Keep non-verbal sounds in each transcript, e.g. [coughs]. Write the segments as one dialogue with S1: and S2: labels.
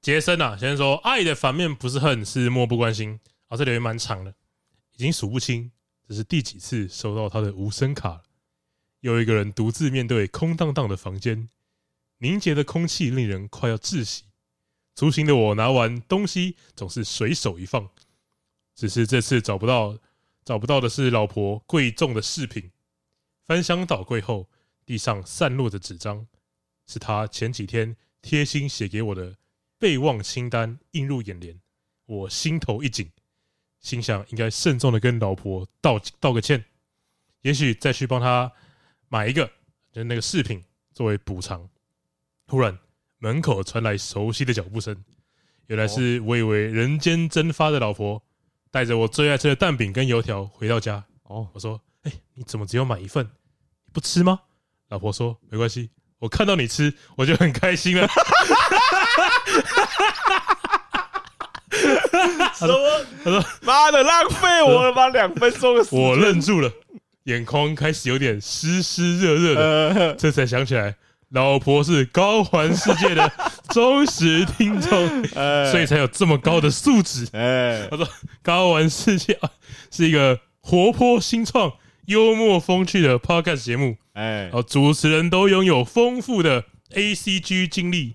S1: 杰森啊，先说爱的反面不是恨，是漠不关心。啊，这留言蛮长的，已经数不清这是第几次收到他的无声卡了。又一个人独自面对空荡荡的房间，凝结的空气令人快要窒息。粗心的我拿完东西总是随手一放，只是这次找不到，找不到的是老婆贵重的饰品。翻箱倒柜后，地上散落着纸张，是她前几天贴心写给我的备忘清单，映入眼帘。我心头一紧，心想应该慎重的跟老婆道道个歉，也许再去帮她买一个，就是那个饰品作为补偿。突然，门口传来熟悉的脚步声，原来是我以为人间蒸发的老婆，带着我最爱吃的蛋饼跟油条回到家。
S2: 哦，
S1: 我说：“哎、你怎么只有买一份？你不吃吗？”老婆说：“没关系，我看到你吃，我就很开心了。
S2: 什么？”
S1: 他说
S2: 妈的，浪费我他妈两分钟的：“时间。
S1: 我愣住了，眼眶开始有点湿湿热热的。
S2: 呃，
S1: 这才想起来，老婆是高环世界的忠实听众，
S2: [laughs] 呃
S1: 所以才有这么高的素
S2: [laughs]
S1: 质。
S2: 哎
S1: 他，说，高玩世界啊是一个活泼、新创、幽默、风趣的 podcast 节目，
S2: 哎
S1: 然，后主持人都拥有丰富的 ACG 经历，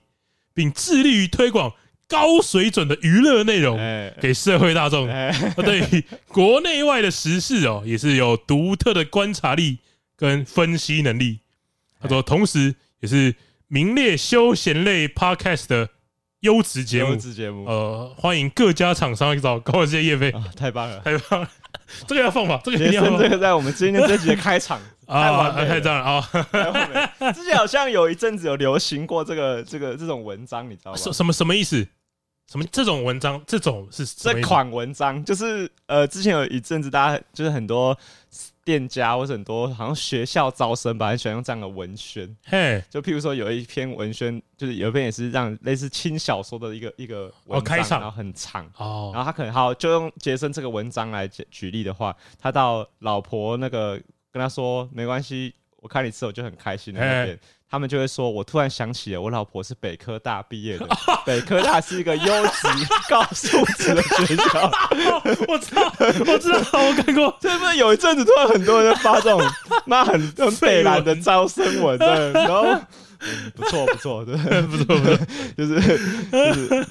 S1: 并致力于推广高水准的娱乐内容
S2: 哎，
S1: 给社会大众。 [laughs]
S2: 哎，
S1: 他哦对于国内外的时事哦，也是有独特的观察力跟分析能力。他
S2: 哎
S1: 说，同时也是名列休闲类 podcast 的优质节目
S2: 优。质节目
S1: 呃，欢迎各家厂商找高世界业费，
S2: 啊，
S1: [laughs]
S2: 太棒了！
S1: 太棒了！这个要放吧，这个一
S2: 杰
S1: 定要
S2: 森
S1: 放
S2: 这个在我们今天这集的开场太
S1: [laughs] 啊！
S2: 完美了
S1: 太赞了啊！
S2: 太完美了。之前好像有一阵子有流行过这个这个这种文章，你知道
S1: 啊
S2: 吗？
S1: 什什么什么意思？什么这种文章？这种是什么
S2: 这
S1: 意思？
S2: 款文章就是呃，之前有一阵子，大家就是很多店家或者很多好像学校招生吧，很喜欢用这样的文宣。
S1: 嘿，
S2: 就譬如说有一篇文宣，就是有一篇也是让类似轻小说的一个一个文章，
S1: 哦开场
S2: 然后很长，然
S1: 哦， [laughs]
S2: 后他可能好就用杰森这个文章来举举例的话，他到老婆那个跟他说没关系，我看你吃我就很开心的那边，他们就会说，我突然想起了我老婆是北科大
S1: [laughs]
S2: 毕业的，北科大是一个优质高素质的学校。
S1: 我知道，我知道，我看过。
S2: [laughs] 这不是有一阵子突然很多人在发这种妈很很北蓝的招生文，对，然后、嗯不错不错，对，
S1: 不错不错，
S2: 就是就是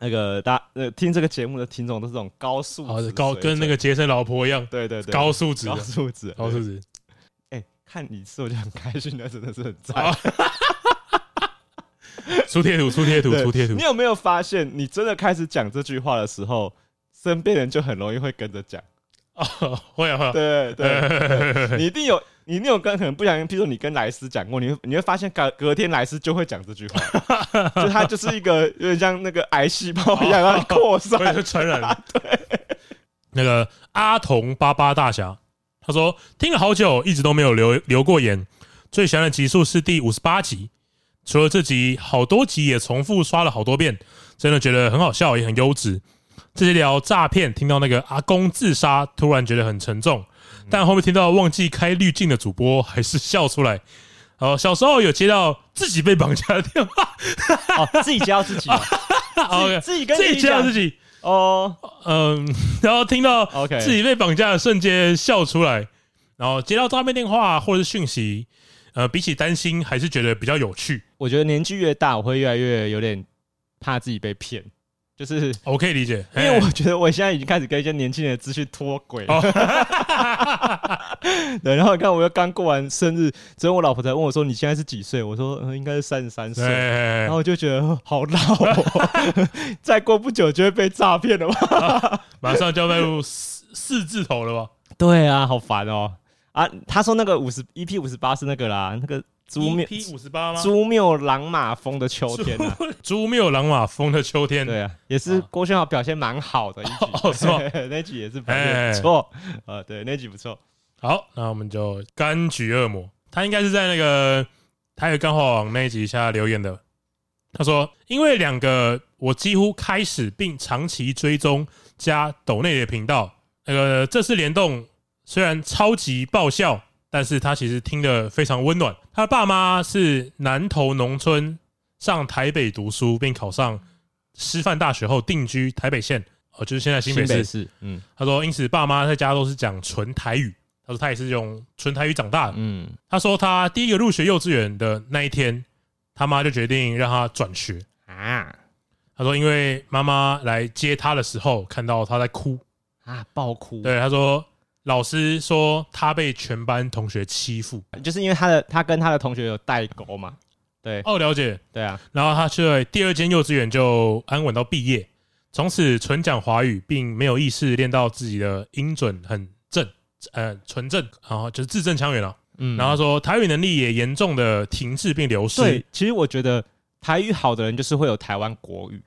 S2: 那个大呃听这个节目的听众都是这种高素
S1: 好
S2: 质
S1: 哦高
S2: 水
S1: 跟那
S2: 准
S1: 个杰森老婆一样，
S2: 对对对
S1: 高素质
S2: 高
S1: 的，哦
S2: 素质
S1: 高素
S2: 质。
S1: 质。
S2: 哎、看你吃我就很开心的，真的是很赞。
S1: 啊出贴图，出贴图，
S2: 对
S1: 出贴
S2: [laughs]
S1: 图
S2: 你。有没有发现，你真的开始讲这句话的时候，身边人就很容易会跟着讲？
S1: 哦，会啊会啊。
S2: [laughs] 对对 [laughs] 对，你一定有，你一定有跟可能不小心，譬如说你跟莱斯讲过，你会你会发现隔隔天莱斯就会讲这句话， [laughs] 就他就是一个有点像那个癌细胞一样，然后扩散
S1: 所以。就传染了。对，那个阿童巴巴大侠，他说听了好久，一直都没有留留过言。最详的集数是第五十八集，除了这集，好多集也重复刷了好多遍，真的觉得很好笑，也很优质。这些聊诈骗，听到那个阿公自杀，突然觉得很沉重，但后面听到忘记开滤镜的主播，还是笑出来。哦，小时候有接到自己被绑架的电话，
S2: 哦，自己教自己 [laughs] 嘛，
S1: OK，
S2: 哦自己
S1: 自己接到自
S2: 己
S1: 己，
S2: 哦。
S1: 嗯， [laughs] 然后听到
S2: OK，
S1: 自己被绑架的瞬间笑出来，然后接到诈骗电话或者是讯息，呃，比起担心还是觉得比较有趣。
S2: 我觉得年纪越大，我会越来越有点怕自己被骗，就是
S1: 我可以理解，
S2: [laughs] 因为我觉得我现在已经开始跟一些年轻人的资讯脱轨
S1: 哦
S2: 了。 [laughs] 对，然后你看，我又刚过完生日，所以我老婆才问我说：“你现在是几岁？”我说：“嗯、应该是三十三
S1: 嘿，
S2: 岁。”
S1: 哎
S2: 然后我就觉得呃好老、哦， [laughs] 再过不久就会被诈骗了吧？
S1: 马上就要迈入四四字头了吧？
S2: [laughs] 对啊，好烦哦！啊，他说那个五十 EP 五十八是那个啦，那个
S1: 猪
S2: [laughs] 猪面
S1: 五十 E 八吗？
S2: 猪谬狼马风的秋天啊，
S1: [laughs] 猪谬狼马风的秋天，
S2: 对啊，也是
S1: 啊
S2: 郭轩豪表现蛮好的一集，
S1: 哦是吗
S2: [laughs] 那集也是表现
S1: 哎
S2: 不错，呃，对，那集不错。
S1: 好，那我们就柑橘恶魔，他应该是在那个台有干货网那一集下留言的。他说：“因为两个我几乎开始并长期追踪加抖内的频道，那个这次联动虽然超级爆笑，但是他其实听得非常温暖。他的爸妈是南投农村上台北读书，并考上师范大学后定居台北县，哦，就是现在新北市。
S2: 市，嗯
S1: 他说，因此爸妈在家都是讲纯台语。他说他也是用纯台语长大的。
S2: 嗯，
S1: 他说他第一个入学幼稚园的那一天，他妈就决定让他转学。
S2: 啊
S1: 他说因为妈妈来接他的时候看到他在哭，
S2: 啊，爆哭，
S1: 对，他说老师说他被全班同学欺负。
S2: 就是因为他的他跟他的同学有代沟嘛，对
S1: 哦，了解。
S2: 对啊，
S1: 然后他去第二间幼稚园就安稳到毕业，从此纯讲华语，并没有意识练到自己的音准很正，呃，纯正，然后就是字正腔圆了。
S2: 嗯
S1: 然后他说台语能力也严重的停滞并流失
S2: 对。，其实我觉得台语好的人就是会有台湾国语，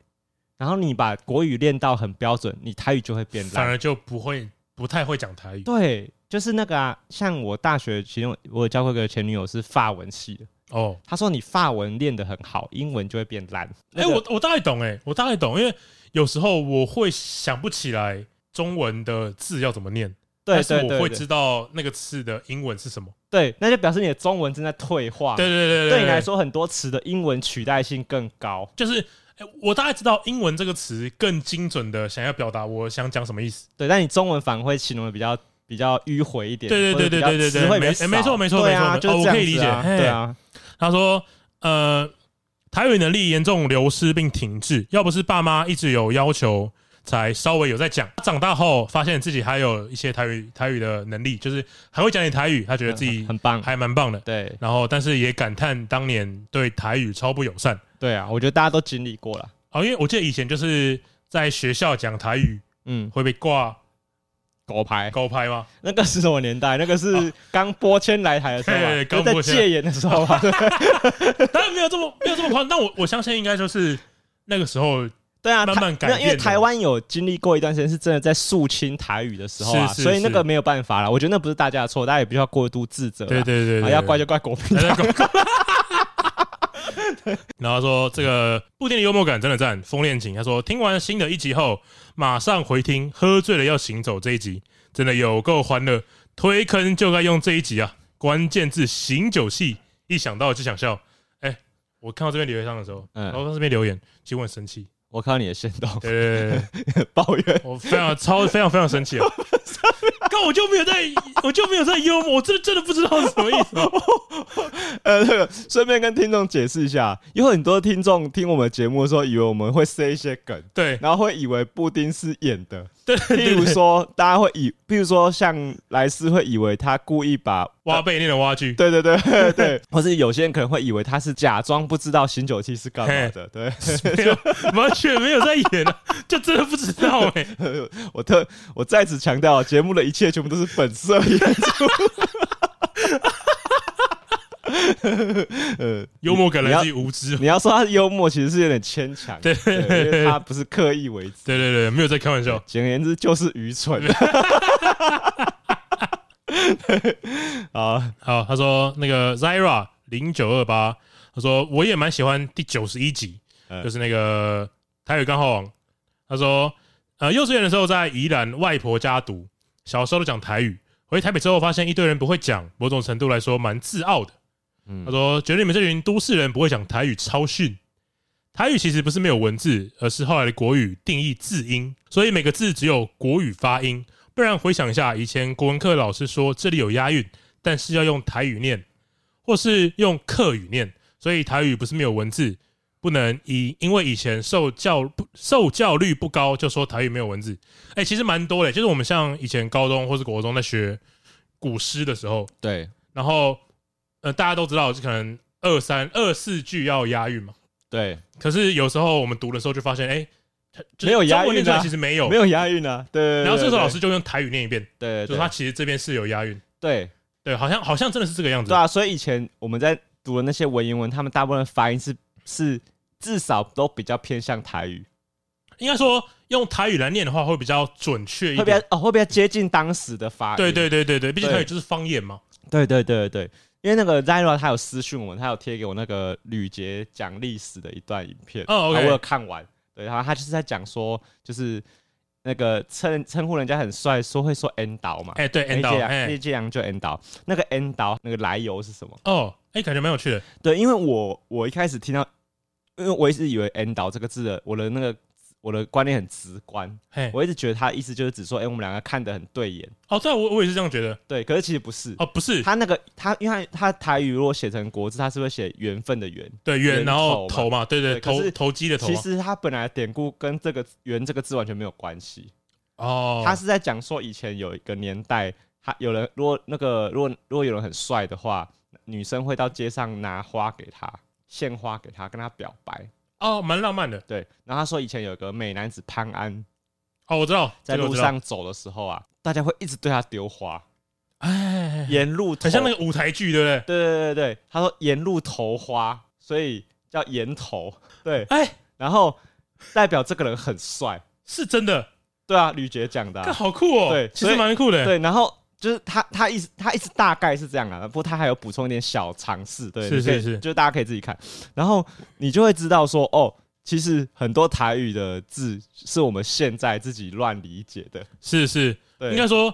S2: 然后你把国语练到很标准，你台语就会变
S1: 反
S2: 烂。
S1: 而就不会不太会讲台语。
S2: 对，就是那个啊，像我大学其中我有交过一个前女友是法文系的，
S1: 哦，
S2: 她说你法文练得很好，英文就会变烂。
S1: 哎、
S2: 那个
S1: 我我大概懂、哎，我大概懂，因为有时候我会想不起来中文的字要怎么念，
S2: 对
S1: 但
S2: 对
S1: 是我
S2: 对
S1: 会
S2: 对
S1: 知道那个字的英文是什么。
S2: 对，那就表示你的中文正在退化。
S1: 对对对
S2: 啊对你来，说，很多词的英文取代性更高。
S1: 就是、哎，我大概知道英文这个词更精准的想要表达我想讲什么意思。
S2: 对，但你中文反而会形容的比较比较迂回一点，
S1: 对对
S2: 或者
S1: 对
S2: 比较
S1: 对对对
S2: 词汇比
S1: 没
S2: 较
S1: 哎没错
S2: 少
S1: 没错
S2: 对
S1: 没错
S2: 啊，
S1: 没
S2: 就
S1: 哦
S2: 是
S1: 我
S2: 这
S1: 可以
S2: 样子
S1: 理解
S2: 啊
S1: 嘿
S2: 对啊，
S1: 他说，呃，台语能力严重流失并停滞，要不是爸妈一直有要求，才稍微有在讲。他长大后发现自己还有一些台语台语的能力，就是还会讲点台语，他觉得自己
S2: 很很棒，
S1: 还蛮棒的。
S2: 对
S1: 然后，但是也感叹当年对台语超不友善。
S2: 对啊，我觉得大家都经历过了，
S1: 哦，因为我记得以前就是在学校讲台语
S2: 嗯，
S1: 会被挂
S2: 狗牌
S1: 高拍吗？
S2: 那个是什么年代？那个是刚播迁来台的时候
S1: 对
S2: 吧，
S1: 对哦
S2: 就
S1: 刚
S2: 在
S1: 播迁
S2: 戒严的时候吧，啊
S1: 当然没有这么没有这么夸张，但我我相信应该就是那个时候
S2: 对啊，
S1: 慢
S2: 台
S1: 慢改
S2: 没有因为
S1: 变的
S2: 台湾有经历过一段时间是真的在肃清台语的时候啊，
S1: 是是
S2: 所以那
S1: 是
S2: 个没有办法了，我觉得那不是大家的错，大家也不需要过度自责啦，
S1: 对对对
S2: 啊
S1: 对，
S2: 要怪就怪国
S1: [laughs]
S2: 民党，
S1: 然后他说这个布丁的幽默感真的赞，风恋情。他说听完新的一集后，马上回听《喝醉了要行走》这一集，真的有够欢乐，推坑就该用这一集啊！ [laughs] 关键字醒酒戏，一想到就想笑。哎，我看到这边留言上的时候，
S2: 嗯
S1: 然后这边留言，其实我很生 [laughs] 气，
S2: [laughs] 我看到你的行动
S1: 对对对对，
S2: [laughs] 抱怨，
S1: 我非常超非常非常生 [laughs] 气啊！刚我就没有在，我就没有在幽默，我真的真的不知道是什么意思。
S2: 呃，那个顺便跟听众解释一下，有很多听众听我们节目的时候，以为我们会塞一些梗，
S1: 对
S2: 然后会以为布丁是演 [laughs] 的。
S1: 对
S2: 譬
S1: 对 [laughs]
S2: 如
S1: 对，
S2: 说，大家会以，譬如说像莱斯会以为他故意把，
S1: 挖背念的挖剧，
S2: 对对对对 [laughs] 对，或是有些人可能会以为他是假装不知道醒酒器是干嘛的。对，
S1: [laughs] 没有，完全没有在演啊，就真的不知道哎、
S2: 我特我在此强调，节目的一切全部都是本色演出。 [laughs] 呃，
S1: 幽默感来自于无知。哦
S2: 你要说他是幽默，其实是有点牵强，
S1: 对
S2: 对，因为他不是刻意为之。
S1: 对对对，没有在开玩笑。
S2: 简而言之，就是
S1: [laughs]
S2: 愚蠢。啊，
S1: 好，他说那个 Zira 零九二八，他说我也蛮喜欢第九十一集，
S2: 嗯
S1: 就是那个台语干话王。他说，呃，幼稚园的时候在宜兰外婆家读，小时候都讲台语，回台北之后发现一堆人不会讲，某种程度来说蛮自傲的。
S2: 嗯
S1: 他说，觉得你们这群都市人不会讲台语，超逊。台语其实不是没有文字，而是后来的国语定义字音，所以每个字只有国语发音。不然回想一下，以前国文课老师说这里有押韵，但是要用台语念，或是用客语念，所以台语不是没有文字，不能以因为以前受教不受教率不高就说台语没有文字。哎、其实蛮多的，就是我们像以前高中或是国中在学古诗的时候，
S2: 对
S1: 然后呃大家都知道，就可能二三二四句要押韵嘛。
S2: 对，
S1: 可是有时候我们读的时候就发现，哎、它就是
S2: 没有押韵啊
S1: 中文念出来其实没有。
S2: 没有押韵啊，对对。对
S1: 然后这时候老，师就用台语念一遍，
S2: 对
S1: 就
S2: 对对
S1: 是他嗯其实这边是有押韵，
S2: 对
S1: 对，好像好像真的是这个样子
S2: 对。啊，所以以前我们在读的那些文言文，他们大部分发音是是至少都比较偏向台语，
S1: 应该说用台语来念的话会比较准确一
S2: 会比较
S1: 点。
S2: 哦会比较接近当时的发音。
S1: 对对对对对，毕竟
S2: 对
S1: 台语就是方言嘛。
S2: 对对对对对，因为那个 Zara 他有私讯我，他有贴给我那个吕杰讲历史的一段影片，
S1: 哦，OK
S2: 啊然后我有看完，对，然后他就是在讲说，就是那个称称呼人家很帅，说会说 N 岛嘛，
S1: 哎，对
S2: 那
S1: ，N 导，
S2: 届啊那
S1: 哎，
S2: 届阳就 N 岛，那个 N 岛那个来由是什么？
S1: 哦，哎，感觉蛮有趣的。
S2: 对，因为我我一开始听到因为我一直以为 “end 导”这个字的，我的那个我的观念很直观，
S1: 嘿，
S2: 我一直觉得他意思就是指说，哎、我们两个看得很对眼，
S1: 哎哦，对啊，我我也是这样觉得。
S2: 对，可是其实不是。
S1: 哦，不是，
S2: 他那个他，因为他他台语如果写成国字，他是不是写缘分的缘？
S1: 对圆，
S2: 圆
S1: 然后
S2: 头
S1: 头嘛，对对，
S2: 对可
S1: 投
S2: 是
S1: 投机的头
S2: 其
S1: 嘛。
S2: 实他本来的典故跟这个“缘”这个字完全没有关系。
S1: 哦，
S2: 他是在讲说以前有一个年代，他有人如果那个如果如果有人很帅的话，女生会到街上拿花给他，献花给他，跟他表白。
S1: 哦，蛮浪漫的。
S2: 对，然后他说以前有个美男子潘安，
S1: 哦，我知道，
S2: 在
S1: 这个我
S2: 路
S1: 知道，
S2: 上走的时候啊，大家会一直对他
S1: [laughs]
S2: 丢花，
S1: 哎，
S2: 沿路投
S1: 很像那个舞台剧，对不对？
S2: 对对对对，他说沿路投花，所以叫沿投。对，
S1: 哎，
S2: 然后代表这个人很帅。
S1: 是真的，
S2: 对啊，吕杰讲的啊、
S1: 看好酷哦，
S2: 对
S1: 其
S2: 所
S1: 实
S2: 以
S1: 蛮酷的。
S2: 对，然后就是他他一直他一直大概是这样啊，不过他还有补充一点小尝试，对，
S1: 是
S2: 你可以
S1: 是是
S2: 就是大家可以自己看，然后你就会知道说哦。其实很多台语的字是我们现在自己乱理解的，
S1: 是是，
S2: 对，
S1: 应该说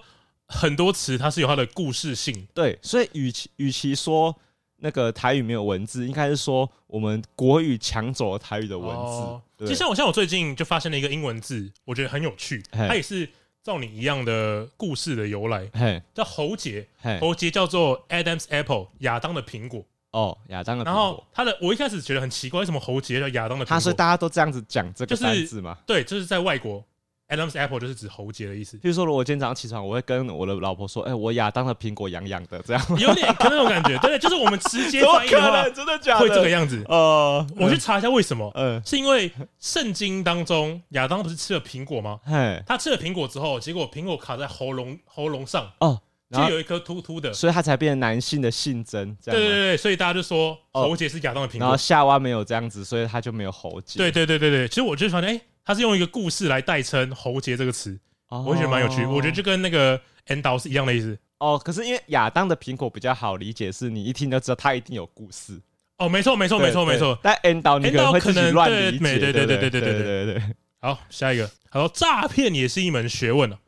S1: 很多词它是有它的故事性。
S2: 对，所以与其与其说那个台语没有文字，应该是说我们国语抢走了台语的文字。
S1: 哦
S2: 对
S1: 就像我像我最近就发现了一个英文字，我觉得很有趣，
S2: 嘿
S1: 它也是照你一样的故事的由来，
S2: 嘿
S1: 叫喉结。
S2: 嘿
S1: 喉结叫做 Adam's Apple，亚当的苹果。
S2: 哦，亚当的
S1: 然
S2: 苹
S1: 后
S2: 果，
S1: 它的我一开始觉得很奇怪，为什么喉结叫亚当的
S2: 他所
S1: 苹
S2: 以
S1: 果？
S2: 大家都这样子讲这个
S1: 就是
S2: 单字嘛。
S1: 对，就是在外国，Adam's Apple 就是指喉结的意思。
S2: 譬如说，如果我今天早上起床，我会跟我的老婆说：“哎、我亚当的苹果痒痒的。”这样，
S1: 有点可能那种感觉，对，就是我们直接
S2: 怎么
S1: 翻译
S2: 可
S1: 的话
S2: [laughs] 能？真的假的？
S1: 会这个样子。
S2: 呃，
S1: 我去查一下为什么，
S2: 呃，
S1: 是因为圣经当中亚当不是吃了苹果吗？
S2: 嘿，
S1: 他吃了苹果之后，结果苹果卡在喉咙喉咙上，
S2: 哦，
S1: 就
S2: 然后
S1: 有一颗突突的。
S2: 所以他才变成男性的性征，这
S1: 对对
S2: 样吗。
S1: 对，所以大家就说
S2: 哦
S1: 喉结是亚当的苹
S2: 然后
S1: 果。
S2: 夏娃没有这样子，所以他就没有喉结。
S1: 对对对对对，其实我就发现，哎，他是用一个故事来代称喉结这个词，
S2: 哦，
S1: 我觉得蛮有趣。我觉得就跟那个 end 刀是一样的意思。
S2: 哦，可是因为亚当的苹果比较好理解，是你一听就知道他一定有故事。
S1: 哦，没错没错没错
S2: 对
S1: 没错。。
S2: 但 N 导你可能会自己乱理解，
S1: N 导可能对对
S2: 对对
S1: 对对
S2: 对
S1: 对对
S2: 对对。
S1: 好，下一个，他说诈骗也是一门学问啊。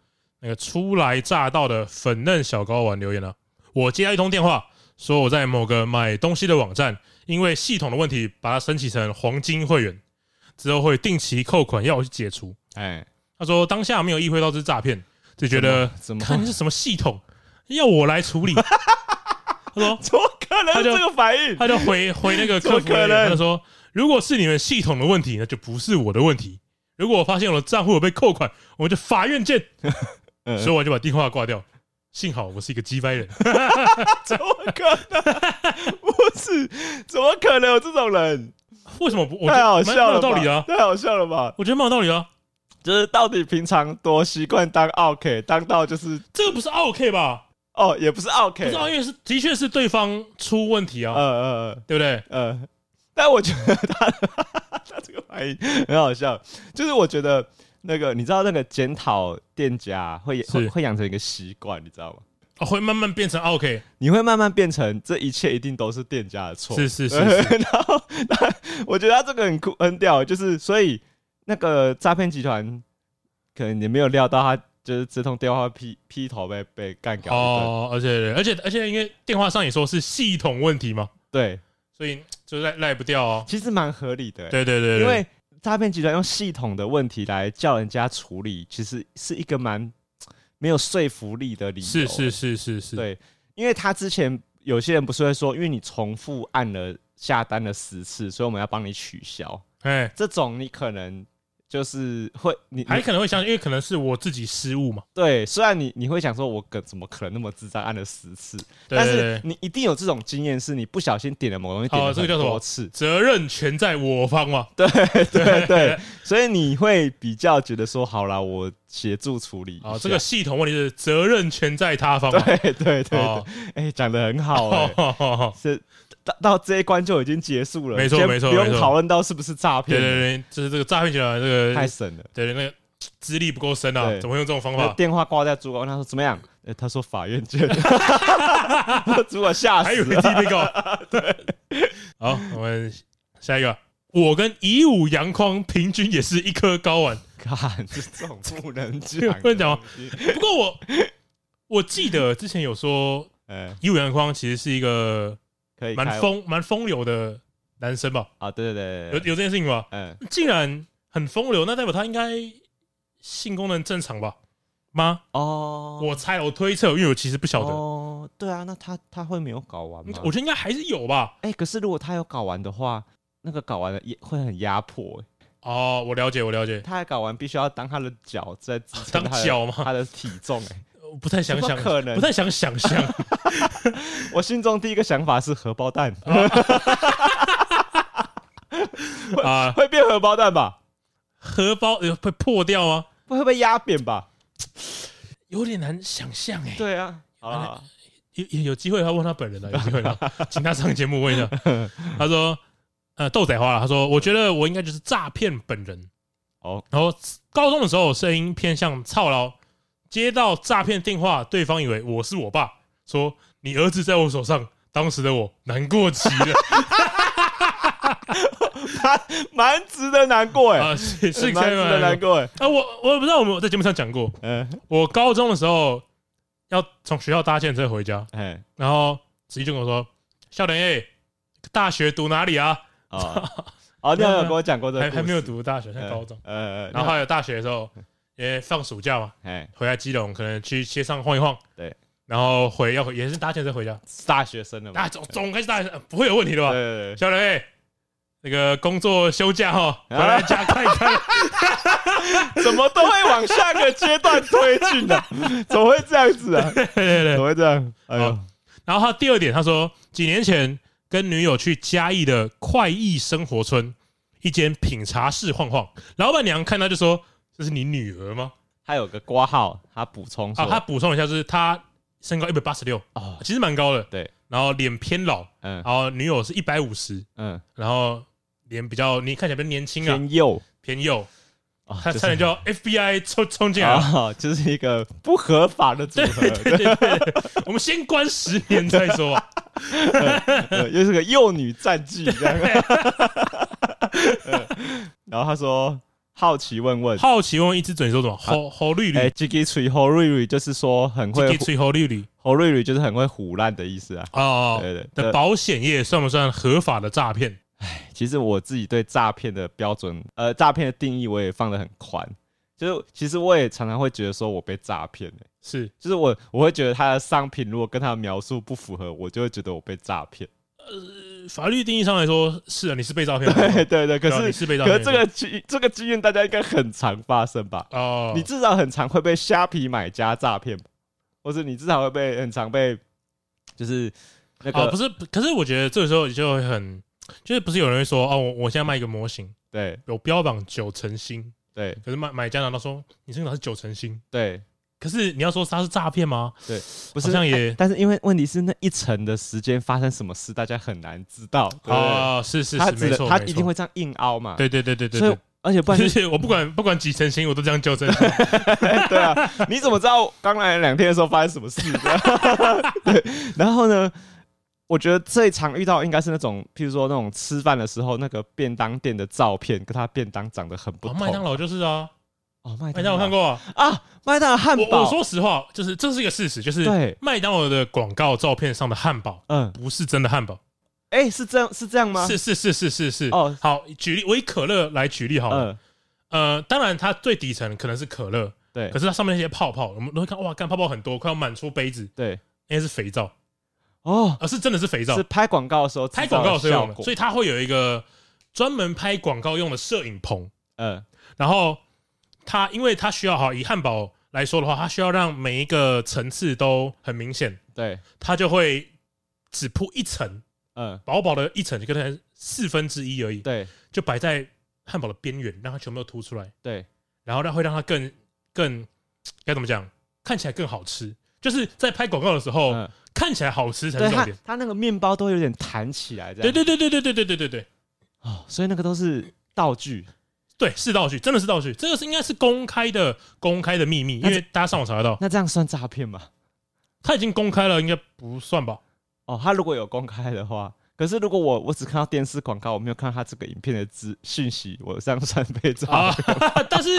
S1: 那个初来乍到的粉嫩小睾丸留言了、啊我接到一通电话，说我在某个买东西的网站，因为系统的问题，把它升级成黄金会员，之后会定期扣款要我去解除。
S2: 哎，
S1: 他说当下没有意会到这是诈骗，只觉得
S2: 怎么
S1: 看这是什么系统，要我来处理。他说
S2: [laughs] 怎么可能
S1: 他
S2: 有
S1: 就
S2: 这个反 [laughs] 应？
S1: 他就回回那个客服
S2: 怎么可
S1: 人
S2: 能
S1: 员，他说：“如果是你们系统的问题，那就不是我的问题。如果我发现我的账户有被扣款，我们就法院
S2: [laughs]
S1: 见。
S2: 嗯”
S1: 说完就把电话挂掉。幸好我是一个鸡掰人，
S2: 怎么可能？不是，怎么可能有这种人？
S1: 为什么不？我觉
S2: 太好
S1: 得蛮
S2: 笑
S1: 蛮
S2: 了
S1: 有
S2: 吧，
S1: 道理的啊，
S2: 太好笑了吧？
S1: 我觉得蛮有道理的啊。
S2: 就是到底平常多习惯当 OK，当到就是
S1: 这个不是 OK 吧？
S2: 哦，也不是
S1: 不
S2: OK，
S1: 是
S2: 嗯
S1: OK 是的确是对方出问题啊，
S2: 嗯嗯
S1: 对不对？
S2: 嗯。但我觉得 [laughs] 他他这个反应很好笑，就是我觉得那个你知道那个检讨店家会会
S1: 是
S2: 会养成一个习惯，你知道吗？
S1: 哦，会慢慢变成 OK，
S2: 你会慢慢变成这一切一定都是店家的错。
S1: 是是是
S2: [laughs]
S1: 是， [laughs]
S2: 然后他，我觉得他这个很酷很屌，就是所以那个诈骗集团可能也没有料到他就是这通电话劈劈头被被干掉一顿。
S1: 哦，而且而且而且，因为电话上也说是系统问题嘛，
S2: 对，
S1: 所以就赖赖不掉哦。
S2: 其实蛮合理的欸、
S1: 对对对，对
S2: 因为诈骗集团用系统的问题来叫人家处理，其实是一个蛮没有说服力的理由。
S1: 是是是是是，
S2: 对，因为他之前有些人不是会说，因为你重复按了下单了十次，所以我们要帮你取消。
S1: 哎，
S2: 这种你可能就是会你
S1: 还
S2: 你
S1: 可能会相信，因为可能是我自己失误嘛。
S2: 对，虽然你你会想说，我可怎么可能那么智障按了十次？
S1: 对
S2: 但
S1: 对
S2: 是
S1: 对，
S2: 你一定有这种经验，是你不小心点了某个东西，点
S1: 哦
S2: 了
S1: 这个叫
S2: 很
S1: 什么
S2: 多次，
S1: 责任全在我方嘛。
S2: 对 [laughs] 对，所以你会比较觉得说，好啦，我协助处理一
S1: 啊，
S2: 下 [laughs]
S1: 这个系统问题是责任全在他方嘛。
S2: 对对对对
S1: 哦，
S2: 哎，讲的很好哎， [laughs]
S1: 哦
S2: 是到到这一关就已经结束了，
S1: 没错
S2: 先
S1: 没错
S2: 不
S1: 没
S2: 用
S1: 错
S2: 讨论到是不是诈
S1: 对
S2: 骗，
S1: 对对，就是这个诈骗集团这
S2: 太
S1: 个，
S2: 神了。
S1: 对对那个资历不够深啊，
S2: 对
S1: 怎么会用这种方
S2: 那
S1: 法？
S2: 电话挂在主管，问他说怎么样？呃他说法
S1: [laughs]
S2: 院见。 [laughs] 主管吓
S1: 还以
S2: 死
S1: 为
S2: 了 [laughs]
S1: 自。己被告。好，我们下一个。我跟以武阳光平均也是一颗睾丸，
S2: 看，这种不能
S1: [laughs]
S2: 讲，
S1: 不能讲吗。不过我我记得之前有说
S2: 哎，
S1: 以武阳光其实是一个
S2: 可以
S1: 蛮
S2: 开
S1: 风蛮风流的男生吧？
S2: 啊，对对对
S1: 有
S2: 对对，
S1: 有这件事情吧？
S2: 嗯，
S1: 竟然很风流，那代表他应该性功能正常吧？吗？
S2: 哦，
S1: 我猜，我推测，因为我其实不晓得，
S2: 哦，对啊，那他他会没有搞完吗？
S1: 我觉得应该还是有吧。
S2: 哎、可是如果他有搞完的话，那个搞完了也会很压迫、欸。
S1: 哦，我了解，我了解，
S2: 他还搞完必须要当他的脚在支撑
S1: 当
S2: 他的
S1: 脚嘛，
S2: 他的体重、欸，
S1: 我不太想
S2: 怎么
S1: 想，
S2: 可能
S1: 不太想想象。 [laughs]
S2: 我心中第一个想法是荷包蛋， [laughs]
S1: 啊，
S2: 会变荷包蛋吧？
S1: 荷包呃会破掉吗？
S2: 会会被压扁吧？
S1: 有点难想象哎、
S2: 对啊，好啦，
S1: 有有有机会的话问他本
S2: [laughs]
S1: 人了，啊有机会了，请他上节目问一下。他说，呃，豆仔花了，他说，我觉得我应该就是诈骗本人。
S2: 哦，
S1: 然后高中的时候声音偏向操劳，接到诈骗电话，对方以为我是我爸，说你儿子在我手上。当时的我难过极
S2: [laughs]
S1: 了
S2: [laughs] 蛮值得难过哎、
S1: 啊，是是
S2: 蛮值得难过哎、
S1: 啊，我我不知道我们在节目上讲过，
S2: 嗯，
S1: 我高中的时候要从学校搭电车回家，
S2: 哎、
S1: 然后子怡就跟我说：“笑脸哎，大学读哪里啊
S2: 哦，
S1: [laughs]
S2: 哦，你有没有跟我讲过这个
S1: 还
S2: 故事
S1: 还没有，读大学，在
S2: 嗯
S1: 高中。
S2: 呃，呃
S1: 然后还有大学的时候，也放暑假嘛，
S2: 哎，
S1: 回来基隆可能去街上晃一晃。
S2: 对，
S1: 然后回要回也是搭电车回家，
S2: 大学生了嘛，
S1: 啊，总总该是大学生不会有问题的
S2: 嗯对
S1: 吧？
S2: 对对，
S1: 笑脸哎，那个工作休假哈，回
S2: 啊
S1: 来家看一看。
S2: [laughs] 怎么都会往下个阶段推进啊的、 [laughs] 怎么会这样子啊？
S1: 对对对
S2: 怎。么会这样？哎呦，
S1: 然后他第二点，他说几年前跟女友去嘉义的快意生活村一间品茶室晃晃，老板娘看他就说：“这是你女儿吗
S2: 他有个挂号，他补充？”说，
S1: 啊，他补充一下，就是他身高一百八十六，
S2: 哦，
S1: 啊其实蛮高的，
S2: 对，
S1: 然后脸偏老，
S2: 嗯
S1: 然后女友是一百五十，
S2: 嗯，
S1: 然后脸比较你看起来比较年轻啊，
S2: 偏右
S1: 偏幼，
S2: 啊
S1: 他差点
S2: 就
S1: 叫 FBI 冲冲进来了。
S2: 啊， [laughs] 就是一个不合法的组合，
S1: 对对对，
S2: [laughs]
S1: 我们先关十年再说啊吧。
S2: 对又是个幼女战绩这样。嗯然后他说，好奇问问，
S1: 好奇问一只嘴说什么？侯侯绿
S2: 哎
S1: 绿，
S2: ，Jiggy 吹侯瑞瑞就是说很会
S1: 给，吹侯绿绿
S2: 侯瑞瑞就是很会胡烂的意思啊。
S1: 哦。
S2: 对对
S1: 的
S2: 对，
S1: 保险业算不算合法的诈骗？
S2: 其实我自己对诈骗的标准，呃，诈骗的定义我也放得很宽。就是其实我也常常会觉得说我被诈骗了，
S1: 是，
S2: 就是我我会觉得他的商品如果跟他的描述不符合，我就会觉得我被诈骗。
S1: 呃法律定义上来说是啊，你是被诈骗的，
S2: 对对 [laughs] 对，可
S1: 对啊你
S2: 是
S1: 是被诈
S2: 可
S1: 骗的。
S2: 是这个经这个经验大家应该很常发生吧？
S1: 哦，
S2: 你至少很常会被虾皮买家诈骗吧，或者你至少会被很常被就是那
S1: 哦
S2: 个
S1: 不是，可是我觉得这个时候你就会很，就是不是有人会说哦，我我现在卖一个模型，
S2: 对
S1: 有标榜九成新，
S2: 对
S1: 可是买买家拿到说你这个拿是九成新，
S2: 对，
S1: 可是你要说它是诈骗吗？
S2: 不
S1: 好
S2: 是
S1: 像也
S2: 但是因为问题是那一层的时间发生什么事，大家很难知道。对不对
S1: 哦，是是
S2: 他
S1: 是，
S2: 只
S1: 没
S2: 能
S1: 错，
S2: 他
S1: 没
S2: 一
S1: 错
S2: 定，会这样硬凹嘛。
S1: 对对对对对
S2: 所以
S1: 对。
S2: 而且不然
S1: 就 [laughs]
S2: 就是
S1: 是我不管不管几成新，我都这样纠正。
S2: 对啊，你怎么知道刚来两天的时 [laughs] 候发生什么事？对，然后呢？我觉得最常遇到应该是那种，譬如说那种吃饭的时候，那个便当店的照片跟他便当长得很不
S1: 哦
S2: 同。
S1: 麦当劳就是啊，
S2: 哦，麦
S1: 麦
S2: 当
S1: 当
S2: 劳
S1: 劳看过啊，
S2: 啊，麦当劳汉
S1: 我
S2: 堡。
S1: 我说实话，就是这是一个事实，就是
S2: 对
S1: 麦当劳的广告照片上的汉堡
S2: 嗯，
S1: 不是真的汉堡，
S2: 哎，是这样是这样吗？
S1: 是是是是是是。
S2: 哦，
S1: 好，举例，我以可乐来举例好了。
S2: 嗯，
S1: 呃，当然它最底层可能是可乐，
S2: 对
S1: 可是它上面那些泡泡，我们都会看哇，干泡泡很多，快要满出杯子，
S2: 对，
S1: 那是肥皂，
S2: 哦，
S1: 而是真的是肥皂
S2: 是，拍广告的时候制
S1: 拍
S2: 造
S1: 广
S2: 的
S1: 告的时候
S2: 效
S1: 用的，
S2: 果
S1: 所，以它会有一个专门拍广告用的摄影棚，
S2: 嗯
S1: 然后它因为它需要好以汉堡来说的话，它需要让每一个层次都很明显。
S2: 对，
S1: 它就会只铺一层，
S2: 嗯
S1: 薄薄的一层，就可能四分之一而已，
S2: 对
S1: 就摆在汉堡的边缘，让它全部都凸出来，
S2: 对
S1: 然后让会让它更更该怎么讲，看起来更好吃。就是在拍广告的时候，
S2: 嗯，
S1: 看起来好吃才
S2: 对
S1: 哦是重
S2: 他
S1: 点。
S2: 他那个面包都有点弹起来这样，
S1: 对对对对对对对对对对
S2: 哦，所以那个都是道具，
S1: 对，是道具，真的是道具。这个是应该是公开的公开的秘密，因
S2: 那
S1: 为大家上网查得到，
S2: 那这样算诈骗吗？
S1: 它已经公开了，应该不算吧？
S2: 哦，他如果有公开的话，可是如果我我只看到电视广告，我没有看到他这个影片的资讯息，我这样算被诈
S1: 啊， [laughs] 但是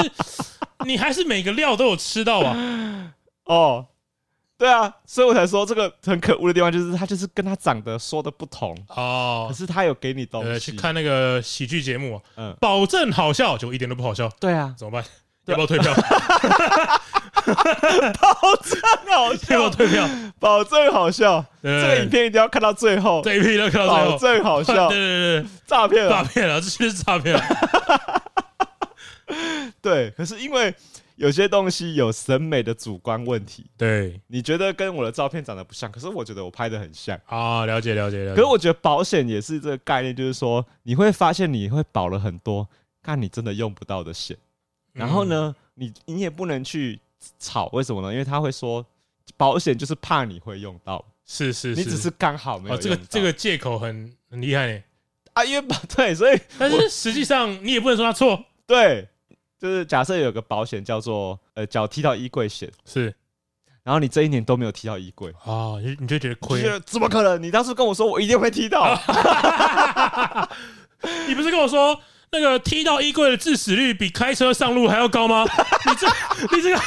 S1: 你还是每个料都有吃到啊。
S2: 哦，对啊，所以我才说这个很可恶的地方就是他就是跟他长得说的不同，可
S1: 哦，
S2: 是他有给你东
S1: 呃，
S2: 西。
S1: 去看那个喜剧节目，啊
S2: 嗯，
S1: 保证好笑，结果一点都不好笑，[laughs]
S2: 对啊，
S1: 怎么办？要
S2: 对
S1: 不要退
S2: [laughs]
S1: 票？
S2: 保证好
S1: 要不要
S2: 笑，
S1: 退票？
S2: 保证好笑。
S1: 对
S2: 这个影片一定要看到最后，
S1: 这一批都看
S2: 保
S1: 到最后，
S2: 证好笑
S1: [laughs] 对。对对对，
S2: 诈
S1: [laughs]
S2: 骗
S1: 诈
S2: 啊，
S1: 骗了，这就是诈骗 [laughs] 了。
S2: 对。可是因为有些东西有审美的主观问题，
S1: 对
S2: 你觉得跟我的照片长得不像，可是我觉得我拍的很像。
S1: 啊，了解了解了解
S2: 可是。我觉得保险也是这个概念，就是说你会发现你会保了很多，看你真的用不到的险。
S1: 嗯
S2: 然后呢，你你也不能去吵，为什么呢？因为他会说保险就是怕你会用到，
S1: 嗯？是是，
S2: 你只是刚好没有
S1: 哦，
S2: 用
S1: 这个
S2: 到
S1: 这个借口很很厉害呢，
S2: 啊，因为 [laughs] 保对，所以
S1: [laughs] 但是实际上你也不能说他错，
S2: 对，就是假设有个保险叫做呃脚踢到衣柜险，
S1: 是
S2: 然后你这一年都没有踢到衣柜，
S1: 啊，你就你就觉得
S2: 就
S1: 亏
S2: 觉，得怎么可能？你当初跟我说我一定
S1: [laughs]
S2: 会踢到，啊
S1: 你不是跟我说那个踢到衣柜的致死率比开车上路还要高 [laughs] 吗？你这你这个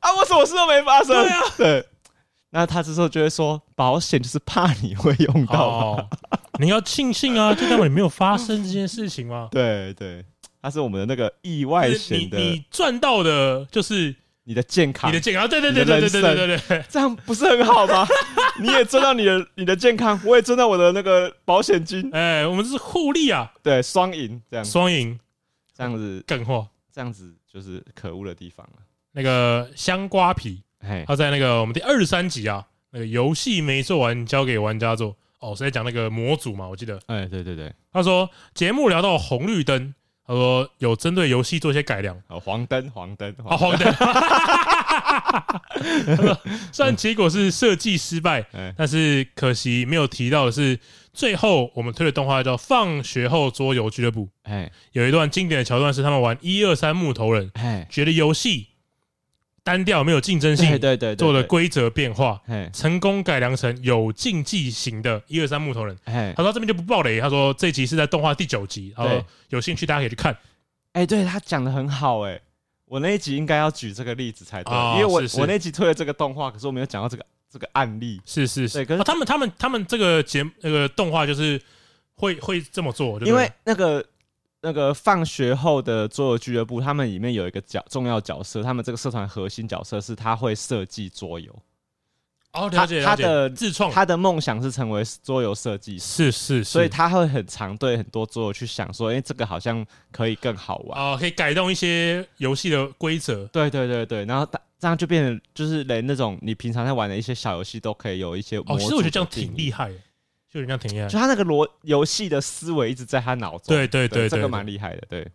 S2: 啊，我什么事都没发生。
S1: 对啊，
S2: 对。那他这时候就会说，保险就是怕你会用到
S1: [laughs]
S2: 嘛。
S1: 哦，你要庆幸啊，就代表你没有发生这件事情嘛。 [laughs]
S2: 对对，它是我们的那个意外
S1: 就是你
S2: 险的，
S1: 你赚到的就是
S2: 你的健康
S1: 你的，健康，对对
S2: 你
S1: 对
S2: 的
S1: 对对对
S2: 人生
S1: 对对对，
S2: 这样不是很
S1: [laughs]
S2: 好吗？你也赚到你的你的健康，我也赚到我的那个保险金，
S1: 哎，我们是互利啊，
S2: 对，双赢这样，
S1: 双赢
S2: 这样子，
S1: 干货。
S2: 这样子就是可恶的地方了。
S1: 那个香瓜皮，
S2: 嘿，
S1: 他在那个我们第二十三集啊，那个游戏没做完，交给玩家做。哦，是在讲那个模组嘛？我记得
S2: 哎，对对对，
S1: 他说节目聊到红绿灯，他说有针对游戏做一些改良。
S2: 哦，黄灯，黄灯，
S1: 啊，
S2: 黄，
S1: 黄灯。 [laughs] 虽然结果是设计失败，
S2: 哎，
S1: 但是可惜没有提到的是，最后我们推的动画叫《放学后桌游俱乐部》，
S2: 哎，
S1: 有一段经典的桥段是他们玩一二三木头人，
S2: 哎，
S1: 觉得游戏单调没有竞争
S2: 对对
S1: 性，
S2: 对对，
S1: 做了
S2: 对，
S1: 规则变化，
S2: 嘿，
S1: 成功改良成有竞技型的一二三木头人。
S2: 哎，
S1: 他说这边就不爆雷，他说这集是在动画第九集，他
S2: 对
S1: 说有兴趣大家可以去看。
S2: 哎，对他讲的很好，哎。我那一集应该要举这个例子才对，
S1: 哦
S2: 因为我
S1: 是是
S2: 我那一集推了这个动画，可是我没有讲到这个这个案例。
S1: 是是是，
S2: 对可是
S1: 啊他们他们他们这个节目那个动画就是会会这么做，对不对
S2: 因为那个那个放学后的桌游俱乐部，他们里面有一个角重要角色，他们这个社团核心角色是他会设计桌游，
S1: 哦
S2: 他
S1: 了解
S2: 他
S1: 了解
S2: 的
S1: 自创
S2: 他的梦想是成为桌游设计
S1: 是
S2: 师，
S1: 哦是，是
S2: 所以他会很常对很多桌游去想说，哎、这个好像可以更好玩。
S1: 哦可以改动一些游戏的规则
S2: 对对对对，然后他这样就变成就是连那种你平常在玩的一些小游戏都可以有一些模
S1: 哦，
S2: 组
S1: 其实我
S2: 的定义。
S1: 觉得这样挺厉害的，就这样挺厉害
S2: 就。他那个逻游戏的思维一直在他脑中。
S1: 对对对
S2: 这
S1: 对
S2: 个
S1: 对
S2: 蛮厉害的。对，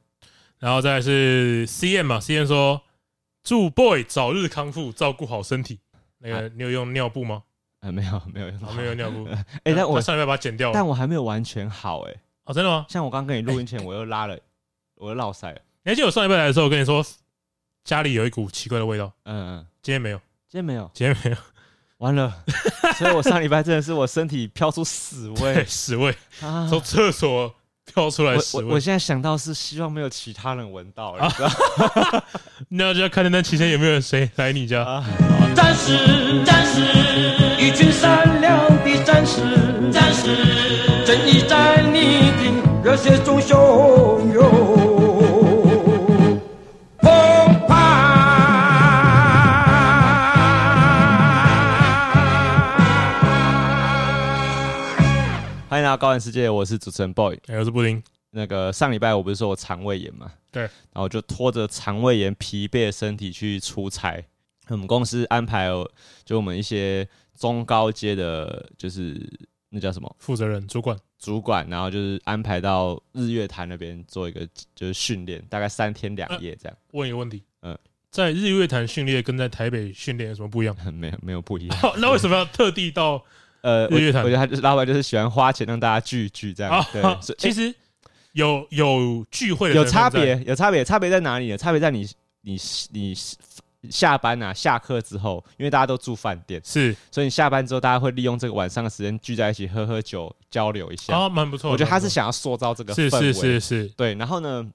S1: 然后再来是 C M 嘛，C M 说祝 boy 早日康复，照顾好身体。那个你有用尿布吗？
S2: 呃，没有没有用到
S1: 啊，没有。尿布。
S2: 啊 [laughs] 哎、
S1: 他
S2: 但我
S1: 他上礼拜把它剪掉了。
S2: 但我还没有完全好哎、
S1: 哦，真的吗？
S2: 像我刚跟你录音
S1: 哎
S2: 前，我又拉了，我又落塞了。
S1: 你还记得我哎上礼拜来的时候，我跟你说家里有一股奇怪的味道，
S2: 嗯，嗯，
S1: 今天没有，
S2: 今天没有，
S1: 今天没有，
S2: 完了。 [laughs] 所以我上礼拜真的是我身体飘
S1: [laughs]
S2: 出屎
S1: 对，
S2: 味
S1: 屎味。
S2: 啊！
S1: 从厕所飘出来
S2: 哎我
S1: 屎
S2: 我我
S1: 味。
S2: 现在想到是希望没有其他人闻到，
S1: 啊
S2: 你知道
S1: 那就要看那期间有没有人谁来你家。
S2: 吗？
S3: 战士，战士，一群善良的战士，战士，正义在你的热血中汹涌澎
S2: [laughs]
S3: 湃。
S2: 欢迎来到高玩世界，我是主持人 boy。
S1: 哎，我是布丁，
S2: 那个上礼拜我不是说我肠胃炎嘛，
S1: 对
S2: 然后我就拖着肠胃炎疲惫的身体去出差。我们公司安排了就我们一些中高阶的，就是那叫什么
S1: 负责人、主管。
S2: 主管，然后就是安排到日月潭那边做一个就是训练，大概三天
S1: 呃
S2: 两夜这样， [laughs]
S1: 问一个问题，
S2: 嗯
S1: 在日月潭训练跟在台北训练有什么不一
S2: [laughs]
S1: 样？
S2: 没有没有不一样。
S1: 好，那为什么要特地到
S2: 呃，我
S1: 哦日月潭
S2: 我觉得他就是老板就是喜欢花钱让大家聚聚这样，
S1: 啊
S2: 对，？
S1: 好
S2: 所以
S1: 其实有有聚会的
S2: 有
S1: 成分
S2: 差
S1: 在，
S2: 别，有差别，差别在哪里呢？差别在你你你下班啊，下课之后，因为大家都住饭店，
S1: 是
S2: 所以你下班之后，大家会利用这个晚上的时间聚在一起喝喝酒，交流一下。
S1: 啊，蛮不错的。
S2: 我觉得他是
S1: 蛮
S2: 想要塑造这个
S1: 不
S2: 氛
S1: 错
S2: 围，
S1: 是是是是
S2: 对，然后呢，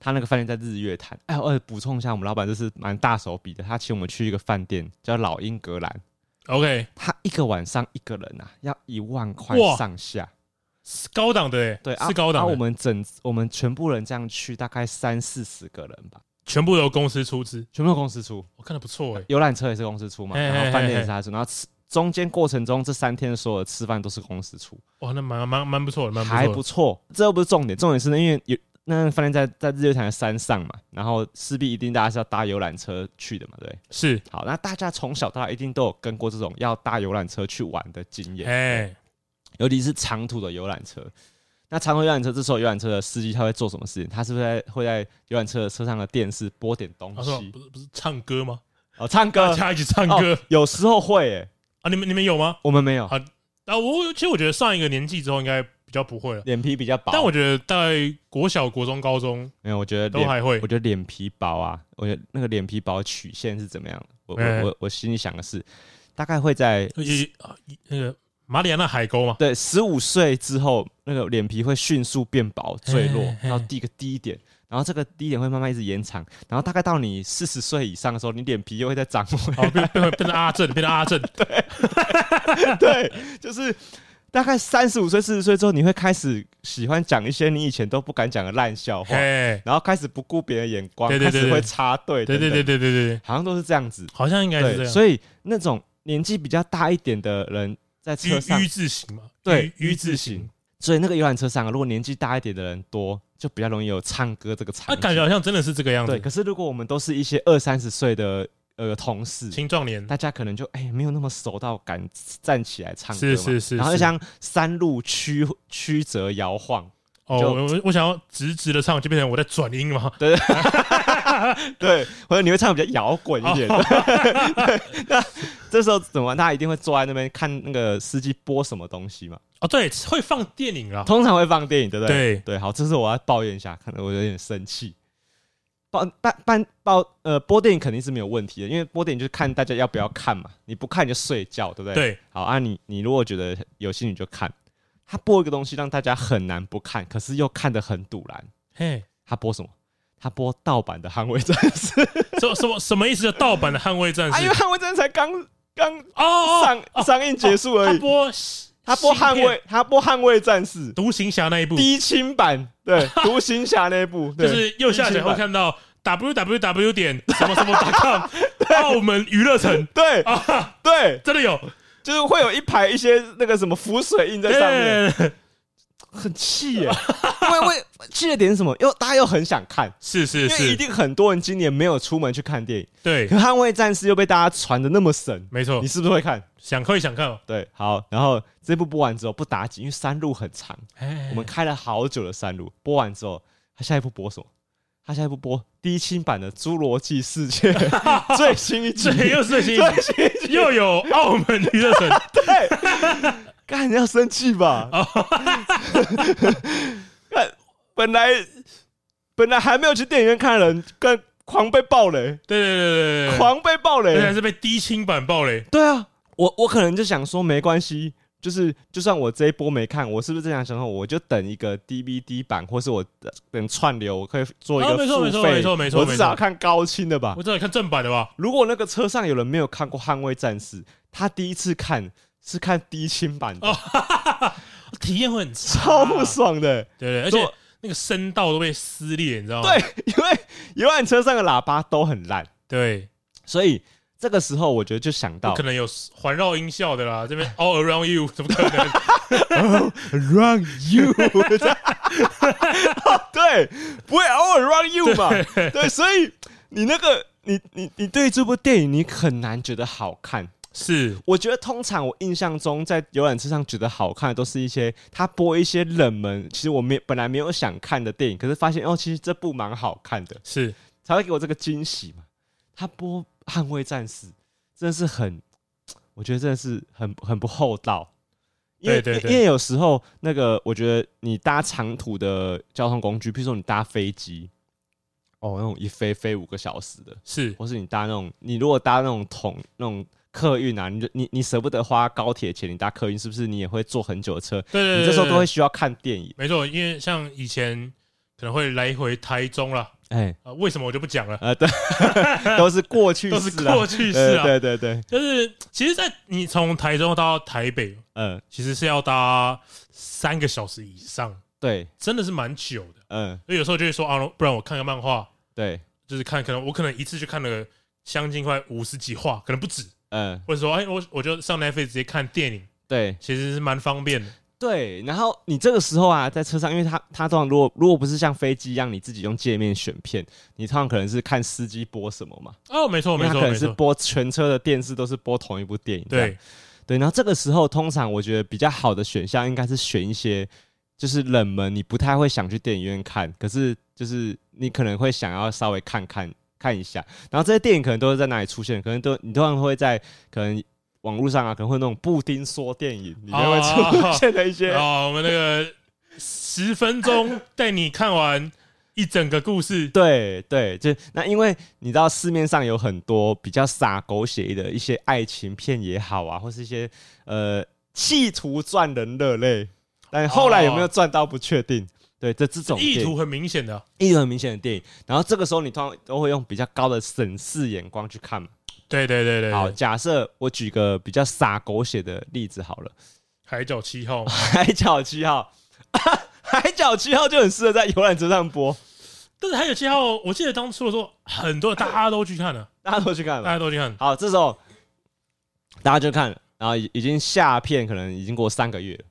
S2: 他那个饭店在日月潭。哎，我补充一下，我们老板就是蛮大手笔的，他请我们去一个饭店叫老英格兰，
S1: OK，
S2: 他一个晚上一个人啊要一万块
S1: 哇
S2: 上下。
S1: 是高档的、欸，
S2: 对，啊
S1: 是高档
S2: 啊
S1: 的。
S2: 我们整我们全部人这样去，大概三四十个人吧，
S1: 全部由公司出资，
S2: 全部都公司出，
S1: 我看的不错哎、
S2: 游览车也是公司出嘛，
S1: 嘿
S2: 然
S1: 嘿
S2: 后
S1: 嘿
S2: 饭店也
S1: 嘿
S2: 是他出，然后吃中间过程中这三天的所有的吃饭都是公司出，
S1: 哇，那蛮蛮蛮不错的，蛮
S2: 还
S1: 不
S2: 不
S1: 错
S2: 错。这又不是重点，重点是呢，因为有那饭店在在日月潭的山上嘛，然后势必一定大家是要搭游览车去的嘛，对。
S1: 的，是，
S2: 好，那大家从小到大一定都有跟过这种要搭游览车去玩的经验，
S1: 哎，
S2: 尤其是长途的游览车。那长途游览车，这时候游览车的司机他会做什么事情？他是不是在会在游览车的车上的电视播点东
S1: 他说
S2: 西
S1: 不？哦是不是唱歌吗？
S2: 哦，唱歌
S1: 大， [laughs] 家一起唱歌、
S2: 哦有时候会、欸，
S1: 啊？你们你们有吗？
S2: 我们没有
S1: 好，啊，我其实我觉得上一个年纪之后应该比较不会了，
S2: 脸皮比较薄。
S1: 但我觉得在国小、国中、高中
S2: 没有，我觉得
S1: 都
S2: 脸，
S1: 还会
S2: 我觉得脸皮薄啊，我觉得那个脸皮薄的曲线是怎么样的？我
S1: 哎
S2: 我我我心里想的是，大概会在
S1: 一啊一那个马里亚纳海沟嘛，
S2: 对十五岁之后，那个脸皮会迅速变薄、坠落
S1: 哎，哎
S2: 然后第一个低点，然后这个低点会慢慢一直延长，然后大概到你四十岁以上的时候，你脸皮又会再长回来。
S1: 好哦变变变成阿正，变成阿正，
S2: [laughs] 对，就是大概三十五岁、四十岁之后，你会开始喜欢讲一些你以前都不敢讲的烂笑话，
S1: 嘿，
S2: 然后开始不顾别人眼光，
S1: 哎对对对
S2: 开始会
S1: 对
S2: 插队，
S1: 对对对，对对对对，
S2: 好像都是这样子。
S1: 好像应该是这
S2: 对，
S1: 样，
S2: 所以那种年纪比较大一点的人在车上
S1: 迂，迂字形嘛，
S2: 对
S1: 迂迂字
S2: 字
S1: 形
S2: 形，所以那个游览车上啊，如果年纪大一点的人多，就比较容易有唱歌这个场
S1: 啊，
S2: 景。
S1: 感觉好像真的是这个样
S2: 对，
S1: 子，
S2: 可是如果我们都是一些二三十岁的呃同事，
S1: 青壮年，
S2: 大家可能就哎、没有那么熟到敢站起来唱歌
S1: 是
S2: 嘛
S1: 是是
S2: 然后就是像山路曲曲折
S1: [laughs]
S2: 摇晃，
S1: 哦，
S2: 就
S1: 我我我想要直直的唱，就变成我在转音嘛，
S2: 对，或者你会唱比较摇滚一
S1: 哦
S2: 点。 [laughs] 对，那这时候怎么办？大家一定会坐在那边看那个司机播什么东西嘛？
S1: 哦，对，会放电影
S2: [laughs]
S1: 啦，
S2: 通常会放电影，对不对？
S1: 对，
S2: 对，好，这是我要抱怨一下，可能我有点生气。报办办报呃播电影肯定是没有问题的，因为播电影就是看大家要不要看嘛，你不看你就睡觉，对不对？。
S1: 对，
S2: 好啊你，你如果觉得有兴趣就看。他播一个东西让大家很难不看，可是又看得很堵然。
S1: 嘿，
S2: 他播什么？他播盗版的《捍卫战士》
S1: [laughs] 什什么什么意思？叫盗版的《捍卫战
S2: [laughs] 啊，因
S1: 士》
S2: 为《捍卫战士》才刚刚 [laughs]
S1: 哦，哦
S2: 上、上映结束而
S1: 他
S2: 已。
S1: 播
S2: 他播
S1: 新片
S2: 捍卫，他播捍卫战士
S1: 独行侠那一部，
S2: 低清版，对，独行侠那一 [laughs] 部，
S1: 就
S2: 对
S1: 是右下角会，
S2: 低清版
S1: 看到 www 点什么什么
S2: [laughs]
S1: .com 澳门娱乐城
S2: 对
S1: 啊，
S2: 对，
S1: 真的有
S2: 就是会有一排一些那个什么浮水印在上面，
S1: 对对对
S2: 很气 [laughs] 耶。为为气的点是什么？又大家又很想看，
S1: 是是
S2: 因为一
S1: 是，
S2: 定很多人今年没有出门去看电影，
S1: 对
S2: [laughs] 可，《捍卫战士》又被大家传的那么神，
S1: 没错
S2: 你，是不是会看？
S1: 想会想看哦，
S2: 对，好，然后这部播完之后不打紧，因为山路很长，
S1: 哎
S2: 我们开了好久的山路，播完之后，他下一步播什么？他下一步播低清版的《侏罗纪世界》最新一集，
S1: 这又是最新一集
S2: 最新一集，
S1: 又有澳门娱乐
S2: [laughs]
S1: 城，
S2: 对，干你要生气吧？ [laughs] 干，本来本来还没有去电影院看的人，干狂被爆雷，
S1: 对对对对对对，
S2: 狂被爆
S1: 而且还
S2: 雷，
S1: 是被低清版爆雷，
S2: 对啊，我我可能就想说没关系。就是，就算我这一波没看，我是不是正想想说，我就等一个 DVD 版，或是我等串流，我可以做一
S1: 啊
S2: 个
S1: 没错
S2: 付
S1: 没错
S2: 费
S1: 没错没错
S2: 我
S1: 没
S2: 至
S1: 错
S2: 少要看高清的吧
S1: 我。只想看正版的吧。
S2: 如果那个车上有人没有看过《捍卫战士》，他第一次看是看低清版
S1: 哦
S2: 的，
S1: 体验会很差
S2: 超不爽的、
S1: 对对，而
S2: 如
S1: 且
S2: 果
S1: 那个声道都被撕裂，你知道吗？
S2: 对，因为游览车上的喇叭都很烂，
S1: 对
S2: 所以这个时候我觉得就想
S1: 不
S2: 到
S1: 可能有环绕音效的啦，这边 all around you 怎么可能？
S2: [laughs] run you，对，不会 all run you 嘛，对，所以你那个你你你对这部电影你很难觉得好看。
S1: 是
S2: 我觉得通常我印象中在游览车上觉得好看的都是一些他播一些冷门，其实我没本来没有想看的电影，可是发现哦，其实这部蛮好看的。
S1: 是，
S2: 才会给我这个惊喜嘛。他播《捍卫战士》真的是很，我觉得真的是很很不厚道。因为
S1: 对对对
S2: 因为有时候那个，我觉得你搭长途的交通工具，譬如说你搭飞机，哦，那种一飞飞五个小时的，
S1: 是
S2: 或是你搭那种，你如果搭那种统那种客运啊，你就你你舍不得花高铁钱，你搭客运是不是你也会坐很久的车？
S1: 对对对，
S2: 你这时候
S1: 对
S2: 都会需要看电影。
S1: 没错，因为像以前可能会来回台中啦。
S2: 哎，
S1: 啊，为什么我就不讲了？
S2: 啊，对， [laughs] 都是过
S1: [laughs]
S2: 去
S1: 都是
S2: 式啊，
S1: 过去式
S2: 呃
S1: 啊。
S2: 对对对，
S1: 就是其实，在你从台中到台北，
S2: 嗯，
S1: 其实是要搭三个小时以上，
S2: 对，
S1: 真的是蛮久的。
S2: 嗯，
S1: 所以有时候就会说啊，不然我看个漫画，
S2: 对，
S1: 就是看可能我可能一次就看了将近快五十几话，可能不止，
S2: 嗯，
S1: 或者说哎，我我就上 Netflix 直接看电影，
S2: 对
S1: 其实是蛮方便的。
S2: 对。然后你这个时候啊，在车上，因为他他通常如果如果不是像飞机一样你自己用界面选片，你通常可能是看司机播什么嘛，
S1: 哦，没错，
S2: 因
S1: 没
S2: 为他
S1: 错，
S2: 可能
S1: 没
S2: 是
S1: 错，
S2: 播全车的电视都是播同一部电影这样。
S1: 对，
S2: 对，然后这个时候通常我觉得比较好的选项应该是选一些就是冷门，你不太会想去电影院看，可是就是你可能会想要稍微看看看一下。然后这些电影可能都是在哪里出现，可能都你通常会在可能网络上啊，可能会那种布丁说电影里面会
S1: 哦
S2: 出现的一些。
S1: 哦，我们那个十分钟带你看完一整个故事，
S2: 对对，就那因为你知道市面上有很多比较洒狗血的一些爱情片也好啊，或是一些呃企图赚人热泪，但后来有没有赚到不确定。对，这这种
S1: 哦意
S2: 电
S1: 图
S2: 影
S1: 很明显的，
S2: 意图很明显的电影，然后这个时候你通常都会用比较高的审视眼光去看嘛。
S1: 对对对对，
S2: 好，
S1: 对
S2: 假设我举个比较洒狗血的例子好了，
S1: 海角七号嘛，
S2: 《海角七号》 [laughs] 海角七号》就很适合在游览车上播，
S1: 但是海角七号，我记得当初的时候，很多大家都去看 [laughs] 了，
S2: 大家都去
S1: 大
S2: 看吧。
S1: 家都去看，，
S2: 好，这时候大家就看，然后已已经下片，可能已经过三个月了。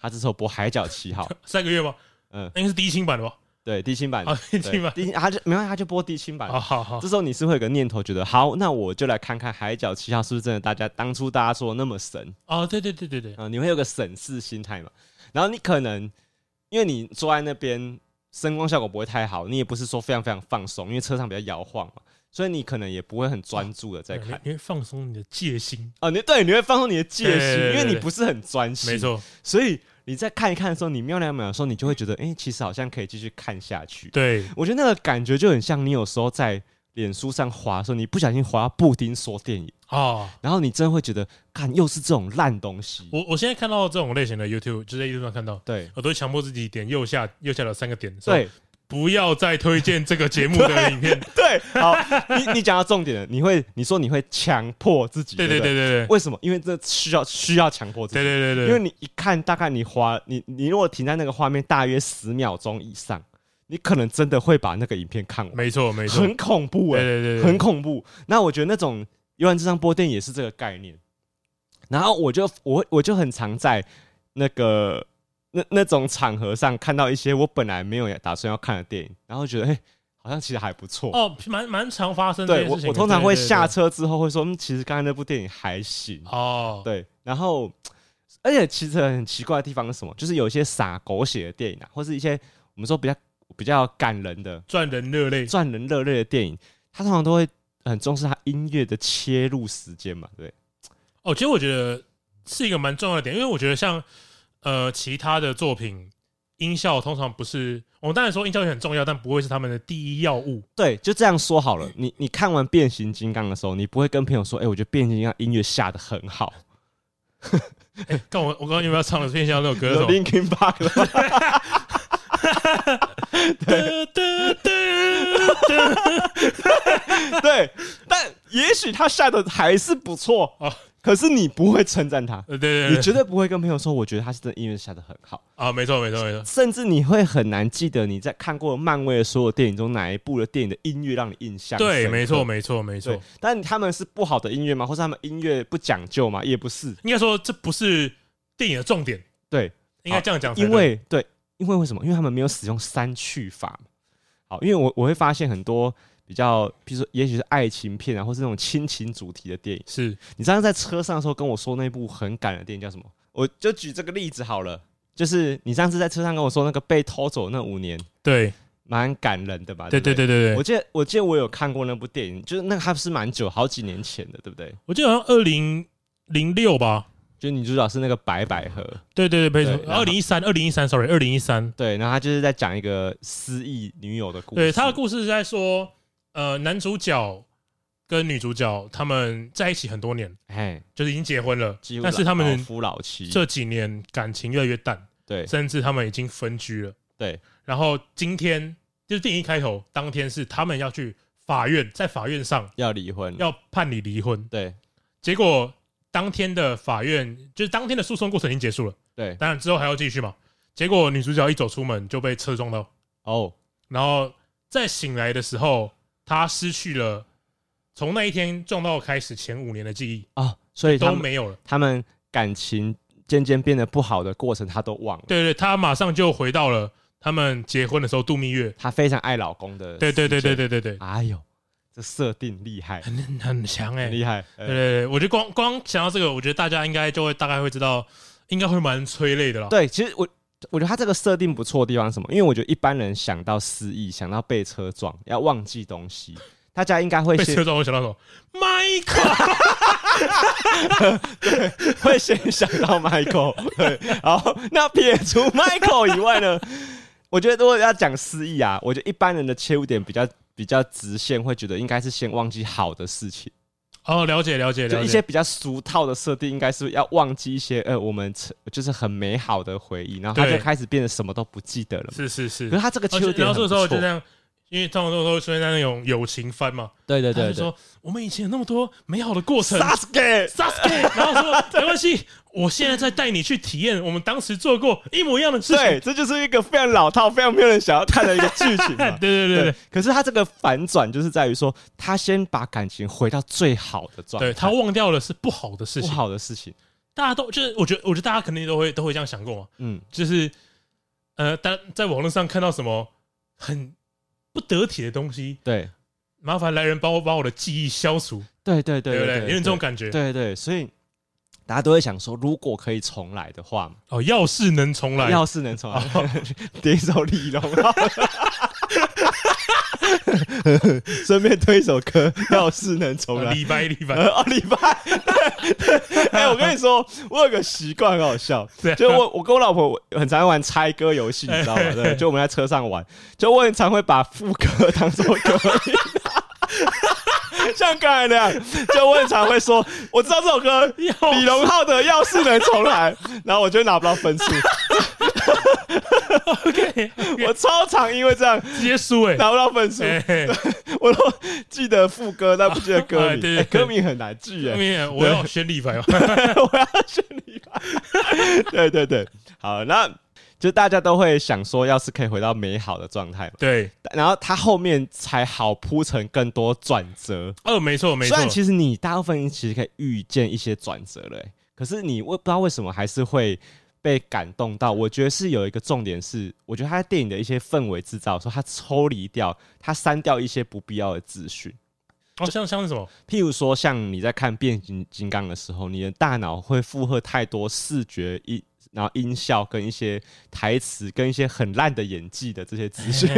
S2: 他这时候播《海角七号》
S1: 三个月吗？
S2: 嗯，
S1: 那应该是低清版的吧？
S2: 对，低清版，
S1: 啊，低
S2: 对
S1: 清版，哦
S2: 低清，他就没关系，他就播低清版
S1: 好。啊好好，
S2: 这时候你是会有个念头，觉得好，那我就来看看《海角七号》是不是真的大家当初大家说的那么神
S1: 哦，对对对对对，
S2: 啊、你会有个审视心态嘛？然后你可能因为你坐在那边，声光效果不会太好，你也不是说非常非常放松，因为车上比较摇晃嘛，所以你可能也不会很专注的在
S1: 对
S2: 看。
S1: 哎你你会放松你的戒心，
S2: 哦，你对，你会放松你的戒
S1: 对对
S2: 心，
S1: 对
S2: 因为
S1: 对
S2: 你
S1: 对
S2: 不是很专心，
S1: 没。错，
S2: 所以你在看一看的时候，你瞄两秒的时候，你就会觉得，哎、其实好像可以继续看下去。
S1: 对，
S2: 我觉得那个感觉就很像你有时候在脸书上滑的时候，你不小心滑到布丁说电影，
S1: 哦，
S2: 然后你真的会觉得，看又是这种烂东西。
S1: 我我现在看到这种类型的 YouTube，就在 YouTube 上看到。
S2: 对
S1: 我都会强迫自己点右下右下角三个点，说
S2: 对
S1: 不要再推荐这个节目的影片。
S2: 对，好，你你讲到重点了，你会你说你会强迫自己，
S1: 对
S2: [laughs] 对
S1: 对
S2: 不
S1: 对对对
S2: 为什么？因为这需要需要强迫自
S1: 对，
S2: 己
S1: 对对
S2: 因为
S1: 对，
S2: 你一看，大概你花你你如果停在那个画面大约十秒钟以上，你可能真的会把那个影片看完，
S1: 没错没错，
S2: 很恐怖哎、
S1: 对对对，对
S2: 很恐怖。那我觉得那种游览车上播电影也是这个概念。然后我就我我就很常在那个那那种场合上看到一些我本来没有打算要看的电影，然后觉得哎、好像其实还不错。
S1: 哦，蛮蛮常发生这
S2: 对
S1: 件
S2: 我
S1: 事情的。
S2: 我通常会下
S1: 对
S2: 车之后会说，嗯，其实刚才那部电影还行
S1: 对对。哦，
S2: 对，然后而且其实很奇怪的地方是什么？就是有一些洒狗血的电影啊，或是一些我们说比较比较感人的、
S1: 赚人热泪。
S2: 赚人热泪的电影，它通常都会很重视它音乐的切入时间嘛，对不
S1: 哦，其实我觉得是一个蛮重要的点，因为我觉得像呃其他的作品。音效通常不是，我们当然说音效也很重要，但不会是他们的第一要务。
S2: 对？对，就这样说好了。你你看完《变形金刚》的时候，你不会跟朋友说：“哎、我觉得《变形金刚》音乐下的很
S1: [laughs]
S2: 好。
S1: 哎、看我我刚刚有没有唱了变相那首”歌？
S2: 有 Linkin Park 的吗 [laughs] 对，但也许他下的还是不错
S1: 哦
S2: 可是你不会称赞他，
S1: 呃，对对对，
S2: 你绝对不会跟朋友说：“我觉得他是真的音乐下的很好。”
S1: 啊，没错没错没 [laughs] 错，
S2: 甚至你会很难记得你在看过漫威的所有电影中哪一部的电影的音乐让你印象深刻
S1: 对，没错没错没错
S2: 对。但他们是不好的音乐吗？或是他们音乐不讲究吗？也不是，
S1: 应该说这不是电影的重点，
S2: 对，
S1: 应该这样讲才对。
S2: 因为对，因为为什么？因为他们没有使用删去法嘛。好，因为我我会发现很多比较，比如说也许是爱情片啊，或是那种亲情主题的电影。
S1: 是
S2: 你上次在车上的时候跟我说那部很感人的电影叫什么？我就举这个例子好了，就是你上次在车上跟我说那个被偷走那五年，
S1: 对
S2: 蛮感人的吧？
S1: 对
S2: 不
S1: 对对对
S2: 啊我
S1: 对，
S2: 记得，我记得我有看过那部电影，就是那个还是蛮久，好几年前的，对不对？
S1: 我记得好像二零零六吧，
S2: 就是女主角是那个白百合，
S1: [laughs] 对对对，没
S2: 对
S1: 错，
S2: 然后
S1: 二零一三二零一三，sorry，二零一三，
S2: 对，然后她就是在讲一个失忆女友的故事。
S1: 对，他的故事是在说，呃，男主角跟女主角他们在一起很多年，
S2: 哎，
S1: 就是已经结婚了
S2: 几乎，
S1: 但是他
S2: 老
S1: 们
S2: 夫老妻，
S1: 这几年感情越来越淡，
S2: 对
S1: 甚至他们已经分居了。
S2: 对，
S1: 然后今天就是电影一开头，当天是他们要去法院，在法院上
S2: 要离婚，
S1: 要判你离婚。
S2: 对
S1: 结果当天的法院就是当天的诉讼过程已经结束了，
S2: 对
S1: 当然之后还要继续嘛。结果女主角一走出门就被车撞到，
S2: 哦，
S1: 然后在醒来的时候，她失去了从那一天撞到开始前五年的记忆
S2: 啊，所以他
S1: 都
S2: 们
S1: 没有了。
S2: 他们感情渐渐变得不好的过程，她都忘了。
S1: 对对，她马上就回到了他们结婚的时候度蜜月。
S2: 她非常爱老公的。
S1: 对对对对。对对对，
S2: 哎呦，这设定厉害，
S1: 很很强哎、
S2: 很厉害。
S1: 对
S2: 呃
S1: 对对，我觉得光光想到这个，我觉得大家应该就会大概会知道，应该会蛮催泪的啦。
S2: 对，其实我我觉得他这个设定不错的地方是什么？因为我觉得一般人想到失忆，想到被车撞，要忘记东西，大家应该会
S1: [laughs] 被
S2: 先
S1: 车撞，我想到什么？Michael，
S2: [laughs] 会先想到 Michael，对，然后那撇除 Michael 以外呢，我觉得如果要讲失忆啊，我觉得一般人的切入点比较比较直线，会觉得应该是先忘记好的事情，
S1: 哦，了解了解
S2: 就
S1: 了
S2: 一些
S1: 解，
S2: 比较俗套的设定，应该是要忘记一些呃我们就是很美好的回忆，然后他
S1: 对
S2: 就开始变得什么都不记得了嘛。
S1: 是是是
S2: 可是。他这个切
S1: 而
S2: 入
S1: 且
S2: 点
S1: 然后
S2: 很
S1: 这
S2: 不
S1: 个时候
S2: 错，
S1: 就这样，因为他们都都会出现在那种友情番嘛，
S2: 对对
S1: 他就说我们以前有那么多美好的过程。
S2: Sasuke，
S1: [laughs] Sasuke，然后说没关系，我现在在带你去体验我们当时做过一模一样的事情。。
S2: 对，这就是一个非常老套、非常没有人想要看的一个剧情嘛
S1: [laughs] 对对对对，
S2: 可是他这个反转就是在于说，他先把感情回到最好的状态，
S1: 对他忘掉了是不好的事
S2: 不
S1: 情，
S2: 好的事情，
S1: 大家都就是我觉得，我觉得大家肯定都会都会这样想过嘛，
S2: 嗯，
S1: 就是呃，大家在网络上看到什么很不得体的东西，
S2: 对，
S1: 麻烦来人帮我把我的记忆消除，
S2: 对对对
S1: 对不对？有点这种
S2: 觉，
S1: 感觉。
S2: 对对，所以大家都会想说，如果可以重来的话嘛，
S1: 哦，要是能重来，
S2: 要是能重来，
S1: 哦
S2: [laughs] 点一首李荣浩。 [laughs] 顺便推一首
S1: [laughs]
S2: 歌，要是能重来，
S1: 礼拜礼拜，
S2: [laughs] 呃，哦，礼拜。哎、我跟你说，我有个习惯很好笑
S1: 对啊，哎
S2: 就我我跟我老婆我很常玩猜歌游戏，你知道吗？对，就我们在车上玩，就我很常会把副歌当做歌。 [laughs] 像刚才那样，就我很常会说，我知道这首歌
S1: 要
S2: 李荣浩的《要是能重来》，然后我就拿不到分数，
S1: OK，
S2: 我超常因为这样
S1: [laughs] 直接输哎、
S2: 拿不到分数，
S1: 欸 [laughs] 嘿。
S2: 我都记得副歌，但不记得歌
S1: 啊
S2: 名。
S1: 对对
S2: 哎
S1: 对
S2: 歌名很难记哎、
S1: 后面我要选李白嘛，
S2: 我要选李白。 [laughs] 对对对，好，那就大家都会想说，要是可以回到美好的状态嘛，
S1: 对，
S2: 然后他后面才好铺成更多转折。
S1: 哦，没错没
S2: 虽
S1: 错，
S2: 然其实你大部分其实可以预见一些转折了、欸可是你为不知道为什么还是会。被感动到，我觉得是有一个重点是，我觉得他在电影的一些氛围制造，说他抽离掉，他删掉一些不必要的资讯，
S1: 哦，像像是什么， [laughs]
S2: 譬如说，像你在看变形金刚的时候，你的大脑会负荷太多视觉音，然后音效跟一些台词跟一些很烂的演技的这些
S1: [laughs]
S2: 资讯，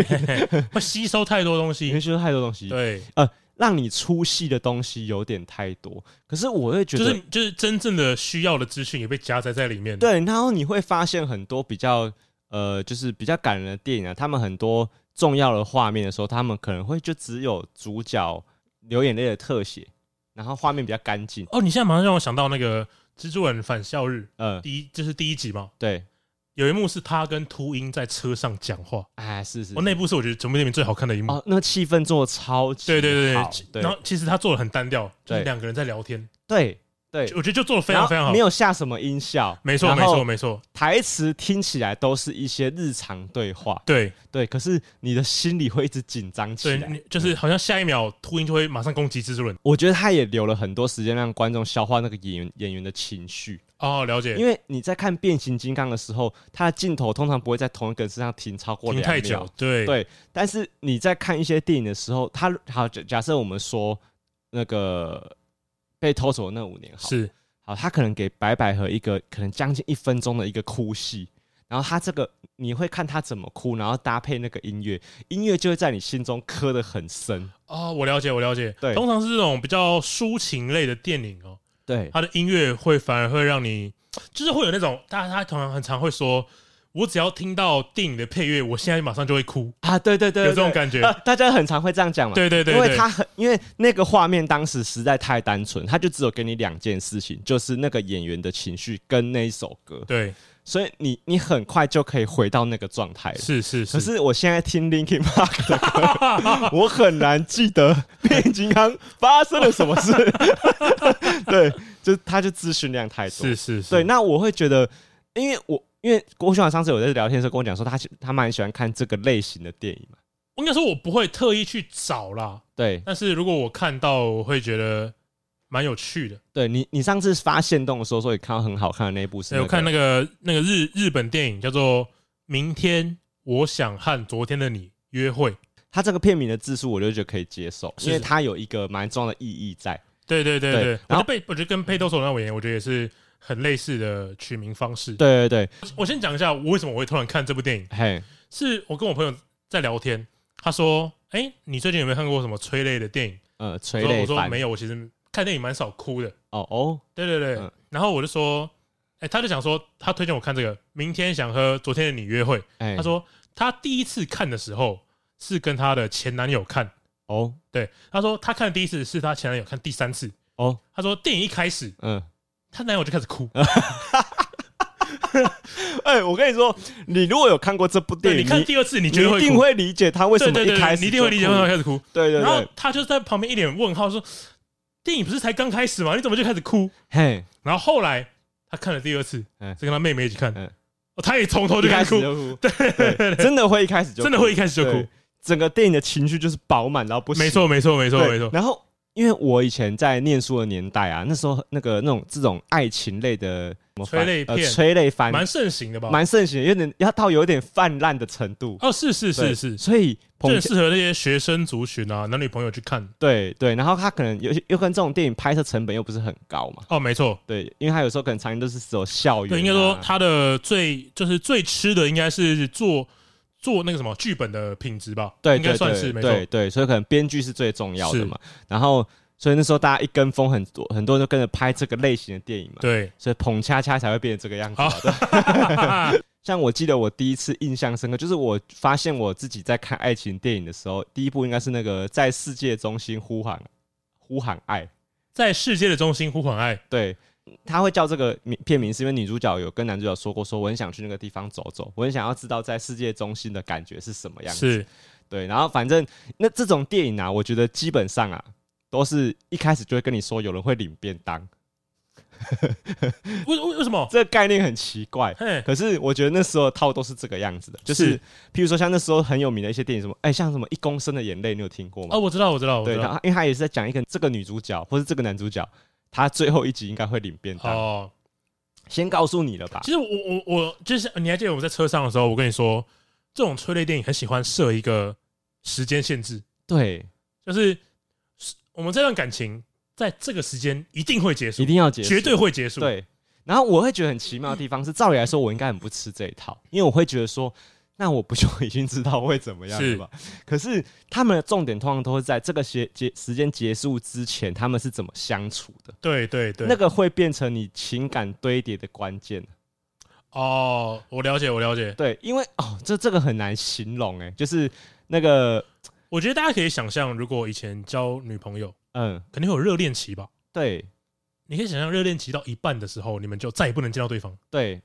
S1: 会吸收太多东
S2: [laughs] 你会
S1: 西，
S2: 吸收太多东西，呃
S1: 对，
S2: 让你出戏的东西有点太多。可是我会觉
S1: 就
S2: 得，
S1: 是就是真正的需要的资讯也被夹杂在里面，
S2: 对，然后你会发现很多比较呃，就是比较感人的电影啊，他们很多重要的画面的时候，他们可能会就只有主角流眼泪的特写，然后画面比较干净，
S1: 哦，你现在马上让我想到那个蜘蛛人返校日
S2: 嗯，
S1: 第一，就是第一集嘛，
S2: 对，
S1: 有一幕是他跟秃鹰在车上讲话，
S2: 哎，是是
S1: 哦，那部是我觉得整部电影最好看的一幕，
S2: 哦，那个气氛做的超级
S1: 嗯对对对
S2: 好
S1: 对
S2: 对
S1: 然后其实他做的很单调，就是
S2: 对
S1: 两个人在聊天，
S2: 对对，
S1: 我觉得就做的非
S2: 然
S1: 常
S2: 后
S1: 非常好
S2: 没，有下什么音效，
S1: 没错
S2: 然
S1: 没
S2: 后
S1: 错没错，
S2: 台词听起来都是一些日常对话，
S1: 对
S2: 对，可是你的心里会一直紧张起
S1: 对，
S2: 来
S1: 你。就是好像下一秒秃鹰就会马上攻击蜘蛛人，
S2: 我觉得他也留了很多时间让观众消化那个演员演员的情绪，
S1: 哦，了解，
S2: 因为你在看变形金刚的时候，他的镜头通常不会在同一个人身上停超过
S1: 停
S2: 两
S1: 太
S2: 秒
S1: 久，，对
S2: 对，但是你在看一些电影的时候，他好假假设我们说那个被偷走的那五年好了，
S1: 是
S2: 好，他可能给白百合一个可能将近一分钟的一个哭戏，然后他这个你会看他怎么哭，然后搭配那个音乐，音乐就会在你心中刻得很深。
S1: 哦，我了解，我了解。
S2: 对
S1: 通常是这种比较抒情类的电影哦，
S2: 对
S1: 它的音乐会反而会让你，就是会有那种，大家他通常很常会说，我只要听到电影的配乐，我现在马上就会哭，
S2: 啊，对对对，
S1: 有这种
S2: 对
S1: 感觉
S2: 呃大家很常会这样讲嘛。
S1: 对对对
S2: 因为
S1: 对
S2: 他很，因为那个画面当时实在太单纯，他就只有给你两件事情，就是那个演员的情绪跟那一首歌，
S1: 对，
S2: 所以你你很快就可以回到那个状态了。
S1: 是是是，
S2: 哎可是我现在听 Linkin Park 的
S1: [laughs]
S2: 歌，我很难记得变形金刚发生了什么事。 [laughs] 对，就他就资讯量太多。
S1: 是是是，
S2: 对，那我会觉得，因为我因为郭学长上次有在聊天的时候跟我讲说他，他他蛮喜欢看这个类型的电影嘛。
S1: 我应该说我不会特意去找啦，
S2: 对，
S1: 但是如果我看到，我会觉得蛮有趣的。
S2: 对你你上次发现动的时候说你看到很好看的那一部是、
S1: 哎，我看那
S2: 个
S1: 个那个日日本电影叫做《明天我想和昨天的你约会》，
S2: 他这个片名的字数，我就觉得可以接受，
S1: 是
S2: 因为它有一个蛮重要的意义在。
S1: 对对对
S2: 对
S1: 对，我觉
S2: 然后
S1: 得被我觉得跟佩斗手那尾我觉得也是很类似的取名方式。
S2: 对对对，
S1: 我先讲一下我为什么我会突然看这部电影，
S2: 嘿，
S1: 是我跟我朋友在聊天，他说：“哎、你最近有没有看过什么催泪的电影
S2: 呃，？”
S1: 我
S2: 垂
S1: 说：“
S2: 泪
S1: 我说哦
S2: 版
S1: 没有，我其实看电影蛮少哭的。
S2: 哦哦，”
S1: 对对对，
S2: 嗯
S1: 然后我就说：“哎、他就想说他推荐我看这个，明天想和昨天的你约会。”
S2: 哎，
S1: 他说他第一次看的时候是跟他的前男友看，
S2: 哦
S1: 对，他说他看的第一次是他前男友看第三次。
S2: 哦，
S1: 他说电影一开始，
S2: 嗯，
S1: 他男友就开始哭，
S2: [laughs] 哎，我跟你说，你如果有看过这部电
S1: 对
S2: 影，
S1: 你看
S2: 你
S1: 第二次，你
S2: 你
S1: 绝对
S2: 一定
S1: 哭，
S2: 会理解他为什
S1: 对
S2: 么
S1: 对对
S2: 一开
S1: 对，
S2: 始
S1: 你一定会理解为什么
S2: 就
S1: 开
S2: 哭
S1: 始哭。
S2: 对对
S1: 然后
S2: 对，
S1: 他就在旁边一脸问号说：“电影不是才刚开始吗？你怎么就开始哭
S2: 嘿，？”
S1: 然后后来他看了第二次，
S2: 嗯
S1: 是跟他妹妹一起看
S2: 嗯，
S1: 哦他也从头
S2: 一
S1: 就
S2: 开
S1: 开始
S2: 始
S1: 哭，[laughs]
S2: 就哭，对，真的会一开始就
S1: 真的会一开始就
S2: 对
S1: 哭，
S2: 整个电影的情绪就是饱满到不行，
S1: 没错没错没错
S2: 对，
S1: 没错，
S2: 然后因为我以前在念书的年代啊，那时候那个那种这种爱情类的什么番
S1: 催泪片
S2: 呃、催泪番
S1: 蛮盛行的吧？
S2: 蛮盛行的，有点要到有点泛滥的程度。
S1: 哦，是是
S2: 对
S1: 是是，
S2: 所以
S1: 就
S2: 彭
S1: 很适合那些学生族群啊，男女朋友去看。
S2: 对对，然后他可能有又跟这种电影拍摄成本又不是很高嘛，
S1: 哦，没错，
S2: 对，因为他有时候可能常年都是只有校园、啊，
S1: 对，应该说他的最就是最吃的应该是做做那个什么剧本的品质吧，
S2: 对
S1: 应该
S2: 对
S1: 算
S2: 对
S1: 是没错
S2: 对，对，所以可能编剧是最重要
S1: 是
S2: 的嘛，然后。所以那时候大家一跟风很多，很多人就跟着拍这个类型的电影嘛，
S1: 对，啊
S2: 所以捧恰恰才会变成这个样子嘛。
S1: 好，
S2: 像我记得我第一次印象深刻，就是我发现我自己在看爱情电影的时候，第一部应该是那个在世界中心呼喊呼喊爱，
S1: [laughs] 在世界的中心呼唤爱，
S2: 对。他会叫这个名片名，是因为女主角有跟男主角说过，说我很想去那个地方走走，我很想要知道在世界中心的感觉是什么样子。
S1: 是
S2: 对，然后反正那这种电影啊，我觉得基本上啊，都是一开始就会跟你说有人会领便当，
S1: 为为为什么？
S2: 这个概念很奇怪。
S1: 嘿，
S2: 可是我觉得那时候的套都是这个样子的，就是
S1: 是
S2: 譬如说像那时候很有名的一些电影，什么哎、像什么一公升的眼泪，你有听过吗？
S1: 哦，我知道，我知道，我
S2: 对，
S1: 知
S2: 然
S1: 道。
S2: 后因为他也是在讲一个这个女主角或是这个男主角，他最后一集应该会领便当，
S1: 哦，
S2: 先告诉你了吧
S1: 其？实我我我就是，你还记得我们在车上的时候，我跟你说，这种催泪电影很喜欢设一个时间限制，
S2: 对，
S1: 就是我们这段感情在这个时间一定会结束
S2: 一，定要结束，
S1: 绝对会结束。
S2: 对。然后我会觉得很奇妙的地方是，照理来说我应该很不吃这一套，
S1: 嗯
S2: 因为我会觉得说，那我不就已经知道会怎么样
S1: 是
S2: 了吧？可是他们的重点通常都是在这个结结时间结束之前，他们是怎么相处的。
S1: 对对对，
S2: 那个会变成你情感堆叠的关键。
S1: 哦，我了解，我了解。
S2: 对，因为哦，这这个很难形容哎、就是那个
S1: 我觉得大家可以想象，如果以前交女朋友，
S2: 嗯，
S1: 肯定会有热恋期吧？
S2: 对
S1: 你可以想象热恋期到一半的时候，你们就再也不能见到对方，
S2: 对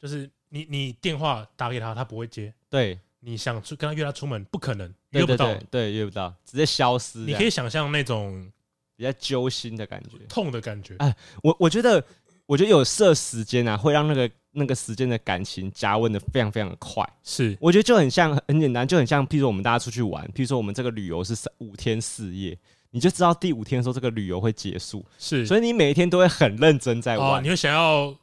S1: 就是你你电话打给他，他不会接；
S2: 对
S1: 你想出跟他约他出门，不可能约
S2: 对
S1: 不
S2: 对
S1: 到
S2: 对。对，约不到，直接消失这样。
S1: 你可以想象那种
S2: 比较揪心的感觉。
S1: 痛的感觉
S2: 啊，我我觉得，我觉得有设时间啊，会让那个那个时间的感情加温的非常非常的快。
S1: 是
S2: 我觉得就很像，很简单，就很像，譬如说我们大家出去玩，譬如说我们这个旅游是三五天四夜，你就知道第五天的时候这个旅游会结束，
S1: 是，
S2: 所以你每一天都会很认真在玩。
S1: 哦，你会想要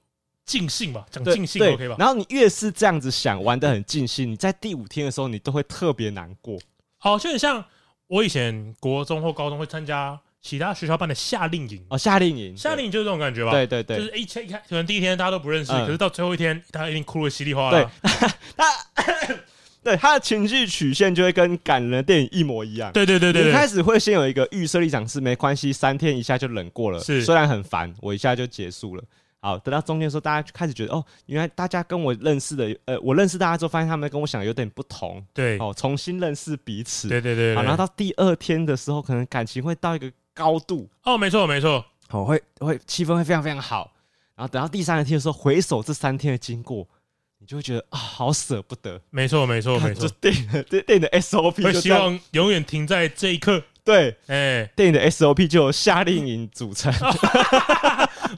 S1: 尽兴吧？讲
S2: 啊对
S1: 尽兴
S2: 对
S1: OK 吧？
S2: 然后你越是这样子想，玩的很尽兴，你在第五天的时候，你都会特别难过。
S1: 哦，就很像我以前国中或高中会参加其他学校办的夏令营，
S2: 哦，夏令营，
S1: 夏令营就是这种感觉吧？
S2: 对对对
S1: 就是一开一开，可能第一天大家都不认识，
S2: 嗯
S1: 可是到最后一天，大家一定哭的稀里哗
S2: 对
S1: 啦。，
S2: 他 [coughs] 对他的情绪曲线就会跟感人的电影一模一样。
S1: 对对对对
S2: 你一开
S1: 对，
S2: 始会先有一个预设立场是没关系，三天一下就冷过了，
S1: 是
S2: 虽然很烦，我一下就结束了。好，等到中间的时候，大家就开始觉得哦，原来大家跟我认识的，呃，我认识大家之后，发现他们跟我想的有点不同，
S1: 对，
S2: 哦，重新认识彼此。
S1: 对对对，
S2: 好，
S1: 对
S2: 然后到第二天的时候，可能感情会到一个高度，
S1: 哦，没错没错，
S2: 好，会会气氛会非常非常好。然后等到第三天的时候，回首这三天的经过，你就会觉得啊，好舍不得。
S1: 没错没错没
S2: [laughs] 就
S1: 错，
S2: 电影的电影的 SOP
S1: 会
S2: 就
S1: 希
S2: 这样
S1: 望永远停在这一刻。
S2: 对
S1: 哎，
S2: 电影的 SOP 就由夏令营组成，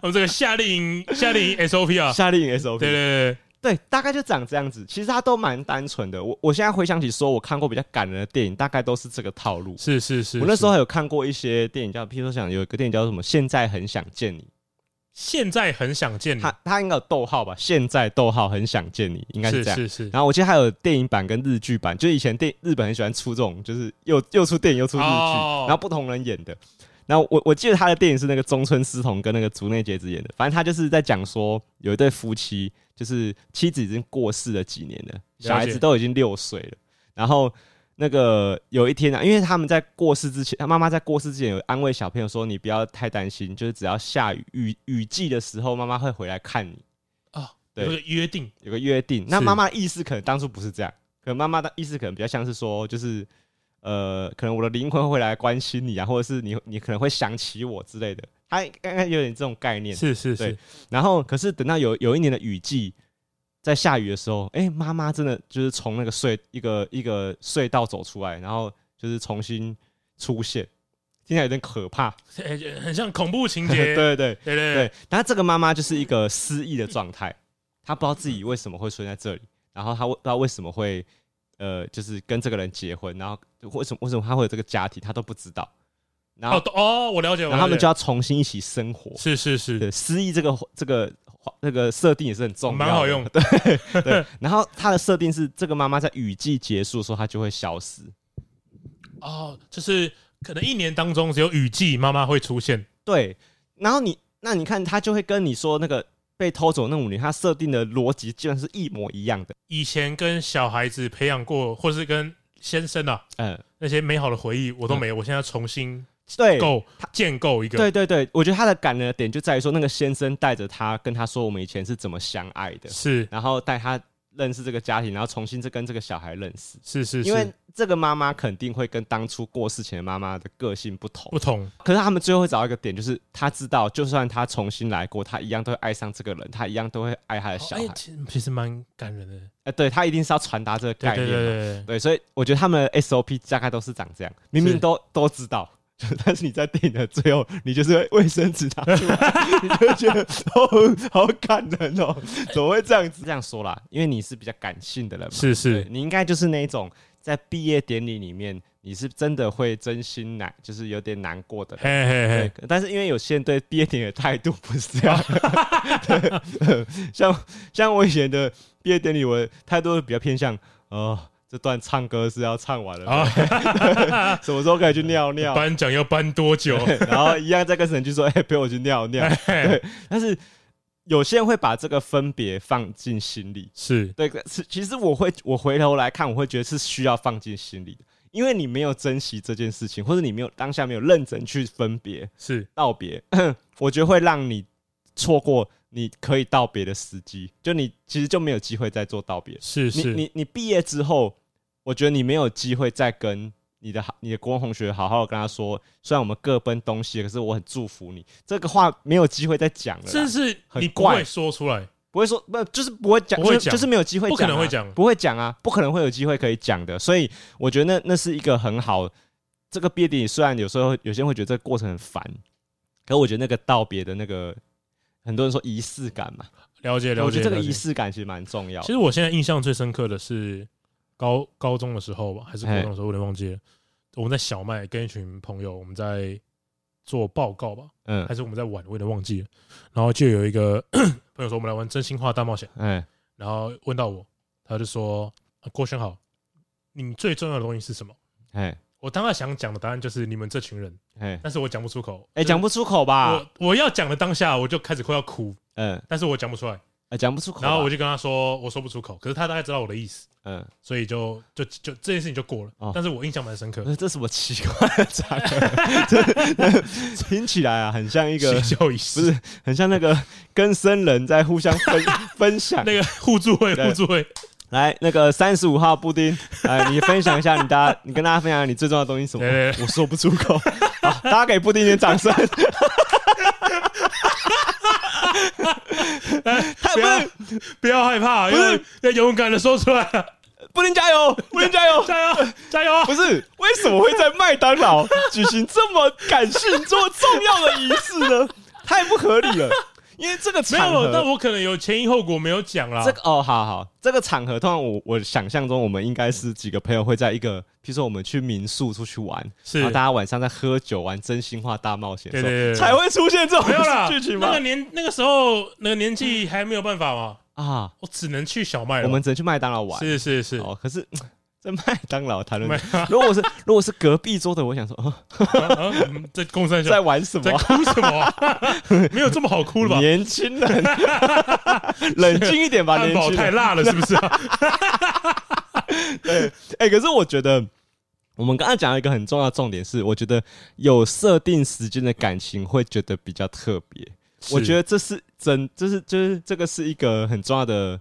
S1: 我们这个夏令营夏令营 SOP
S2: [laughs]
S1: 啊，
S2: 夏令营 SOP
S1: 对对对对，
S2: 对，大概就长这样子。其实它都蛮单纯的。我我现在回想起，说我看过比较感人的电影，大概都是这个套路。
S1: 是是是，
S2: 我那时候
S1: 是
S2: 还有看过一些电影叫，譬如说像有一个电影叫什么《现在很想见你
S1: 现在很想见》，你，
S2: 它它应该有逗号吧？现在逗号很想见你，应该是
S1: 是
S2: 这样。
S1: 是是，
S2: 然后我记得还有电影版跟日剧版，就是以前电日本很喜欢出这种，就是又又出电影又出日剧，
S1: 哦
S2: 然后不同人演的。然后我我记得他的电影是那个中村狮童跟那个竹内结子演的，反正他就是在讲说有一对夫妻，就是妻子已经过世了几年了，
S1: 解
S2: 小孩子都已经六岁了，然后。那个有一天啊，因为他们在过世之前，他妈妈在过世之前有安慰小朋友说：“你不要太担心，就是只要下雨雨雨季的时候，妈妈会回来看你。”
S1: 啊，
S2: 对
S1: 有个约定，
S2: 哦有个约定。那
S1: 是
S2: 妈妈的意思可能当初不是这样，可能妈妈的意思可能比较像是说，就是呃，可能我的灵魂会来关心你啊，或者是你你可能会想起我之类的。她刚刚有点这种概念。
S1: 是是是
S2: 对，然后，可是等到有有一年的雨季，在下雨的时候，哎、妈妈真的就是从那个隧一个一个隧道走出来，然后就是重新出现，听起来有点可怕。
S1: 哎很像恐怖情节，
S2: [laughs] 对对对，
S1: 对对
S2: 对，然后这个妈妈就是一个失忆的状态，她不知道自己为什么会出现在这里，然后她为不知道为什么会呃，就是跟这个人结婚，然后为什么为什么她会有这个家庭，她都不知道。然后、
S1: 哦都哦，我了解，我
S2: 然后他们就
S1: 了
S2: 要重新一起生活
S1: 解。是是是，
S2: 对，失忆这个这个这个设定也是很重要的，
S1: 蛮好用
S2: 对对，
S1: [laughs]
S2: 然后她的设定是，这个妈妈在雨季结束的时候，她就会消失。
S1: 哦，就是可能一年当中只有雨季妈妈会出现，
S2: 对，然后你那你看，她就会跟你说那个被偷走那五年，她设定的逻辑基本上是一模一样的。
S1: 以前跟小孩子培养过，或是跟先生啊
S2: 嗯，
S1: 那些美好的回忆我都没有，我现在重新
S2: 对，
S1: 构
S2: 他
S1: 建构一个，
S2: 对对对，我觉得他的感人的点就在于说，那个先生带着他跟他说我们以前是怎么相爱的，
S1: 是
S2: 然后带他认识这个家庭，然后重新再跟这个小孩认识，
S1: 是是，
S2: 因为
S1: 是
S2: 这个妈妈肯定会跟当初过世前的妈妈的个性不同
S1: 不。同，
S2: 可是他们最后会找到一个点，就是他知道，就算他重新来过，他一样都会爱上这个人，他一样都会爱他的小
S1: 哎
S2: 孩。
S1: 其实其实蛮感人的，
S2: 呃，对他一定是要传达这个
S1: 对
S2: 概
S1: 对
S2: 念
S1: 对
S2: 嘛。
S1: 对对，
S2: 对，所以我觉得他们的 SOP 大概都是长这样，明
S1: 是
S2: 明都都知道， [laughs] 但是你在电影的最后，你就是会卫生纸拿出来，你就会觉得哦，好感人 [laughs] 哦，怎么会这样子？这样说啦，因为你是比较感性的人嘛，
S1: 是
S2: 对
S1: 是
S2: 你应该就是那一种在毕业典礼里面，你是真的会真心难，就是有点难过的人。
S1: 嘿嘿
S2: 对
S1: 嘿，，
S2: 但是因为有些人对毕业典礼的态度不是这样，对，像像我以前的毕业典礼，我的态度比较偏向，呃，这段唱歌是要唱完了，
S1: 啊，
S2: 什么时候可以去尿尿？
S1: [laughs] 颁奖要颁多久？
S2: 对然后一样再跟神去说，哎、陪我去尿尿。对，但是有些人会把这个分别放进心里。
S1: 是
S2: 对，是其实我会，我回头来看，我会觉得是需要放进心里的，因为你没有珍惜这件事情，或者你没有当下没有认真去分别
S1: 是
S2: 道别， [coughs] 我觉得会让你错过你可以道别的时机，就你其实就没有机会再做道别。
S1: 是
S2: 你
S1: 是，
S2: 你你毕业之后，我觉得你没有机会再跟你的好你的国文同学好好地跟他说，虽然我们各奔东西，可是我很祝福你。这个话没有机会再讲了
S1: 这
S2: 啦，
S1: 是
S2: 很
S1: 你不
S2: 怪
S1: 会说出来，
S2: 不会说不就是不会讲，
S1: 不会
S2: 就是
S1: 讲
S2: 就是没有机会、啊，
S1: 不可能会讲
S2: 不会讲啊，不可能会有机会可以讲的。所以我觉得那那是一个很好，这个毕业典礼虽然有时候有些人会觉得这个过程很烦，可我觉得那个道别的那个。很多人说仪式感嘛，
S1: 了解了
S2: 我觉
S1: 解。
S2: 得这个
S1: 了解
S2: 仪式感其实蛮重要的
S1: 其。实我现在印象最深刻的是高高中的时候吧，还是高中的时候，我有点忘记了。我们在小麦跟一群朋友，我们在做报告吧，
S2: 嗯
S1: 还，是我们在玩，我有点忘记了。然后就有一个 [clears throat] 朋友说，我们来玩真心话大冒险，
S2: 哎，
S1: 然后问到我，他就说：“啊郭轩好，你最重要的东西是什么
S2: 哎，？”
S1: 我当下想讲的答案就是你们这群人，
S2: 哎，
S1: 但是我讲不出口。
S2: 哎，讲不出口吧？
S1: 我我要讲的当下，我就开始快要哭，
S2: 嗯，
S1: 但是我讲不出来。
S2: 呃哎，讲不出口吧。
S1: 然后我就跟他说，我说不出口，可是他大概知道我的意思，
S2: 嗯， [laughs]
S1: 所以就就就这件事情就过了。
S2: 哦
S1: 但是我印象蛮深刻
S2: 不，是这什么奇怪的场合？ [laughs] 这听起来啊，很像一个
S1: 学，校仪式
S2: 不是很像那 [laughs] 个跟生人在互相 [laughs] 分分享。
S1: 那个互助会，
S2: 对
S1: 互助
S2: [laughs]
S1: 会，
S2: 来，那个三十五号布丁，哎，你分享一下你大 [laughs] 家，你跟大家分享你最重要的东西是什
S1: 对对
S2: 么？我说不出 [laughs] 口，好，大家给布丁一点掌声。他
S1: 不要
S2: 不
S1: 不要害怕，
S2: 不
S1: 因
S2: 是
S1: 为要勇敢的说出来，啊
S2: 是 [laughs] 布丁加油，布丁加油！
S1: 加油，加油啊！
S2: 不是，为什么会在麦当劳举行这么感性、这么重要的仪式呢？太不合理了，因为这个
S1: 没
S2: 场合
S1: 有，，但我可能有前因后果没有讲啦
S2: 这。个哦，好好，这个场合，通常我我想象中，我们应
S1: 嗯
S2: 该是几个朋友会在一个，譬如说我们去民宿出去玩，
S1: 是
S2: 然后大家晚上在喝酒玩真心话大冒险的时候，
S1: 对对对对
S2: 才会出现这种
S1: 没有啦
S2: 剧情，吗
S1: 那？个年那个时候那个年纪还没有办法嘛，
S2: 啊，
S1: 我只能去小麦了。
S2: 我们只能去麦当劳玩。
S1: 哎是是是，
S2: 哦，可是在麦当劳谈论
S1: 麦，
S2: 如果我是如果是隔壁桌的，我想说，哦、
S1: 啊啊嗯在共三小
S2: [laughs] 在玩什么
S1: 在
S2: 啊？
S1: 哭什么啊？
S2: [laughs]
S1: 没有这么好哭了吧？
S2: 年轻人， [laughs] 冷静一点吧，
S1: 汉
S2: 年
S1: 堡
S2: 轻
S1: 太
S2: 人。
S1: 辣了，是不是啊？
S2: 哎、可是我觉得我们刚刚讲了一个很重要的重点是，我觉得有设定时间的感情会觉得比较特别。 [laughs] 我觉得这是真，这是就是这个是一个很重要的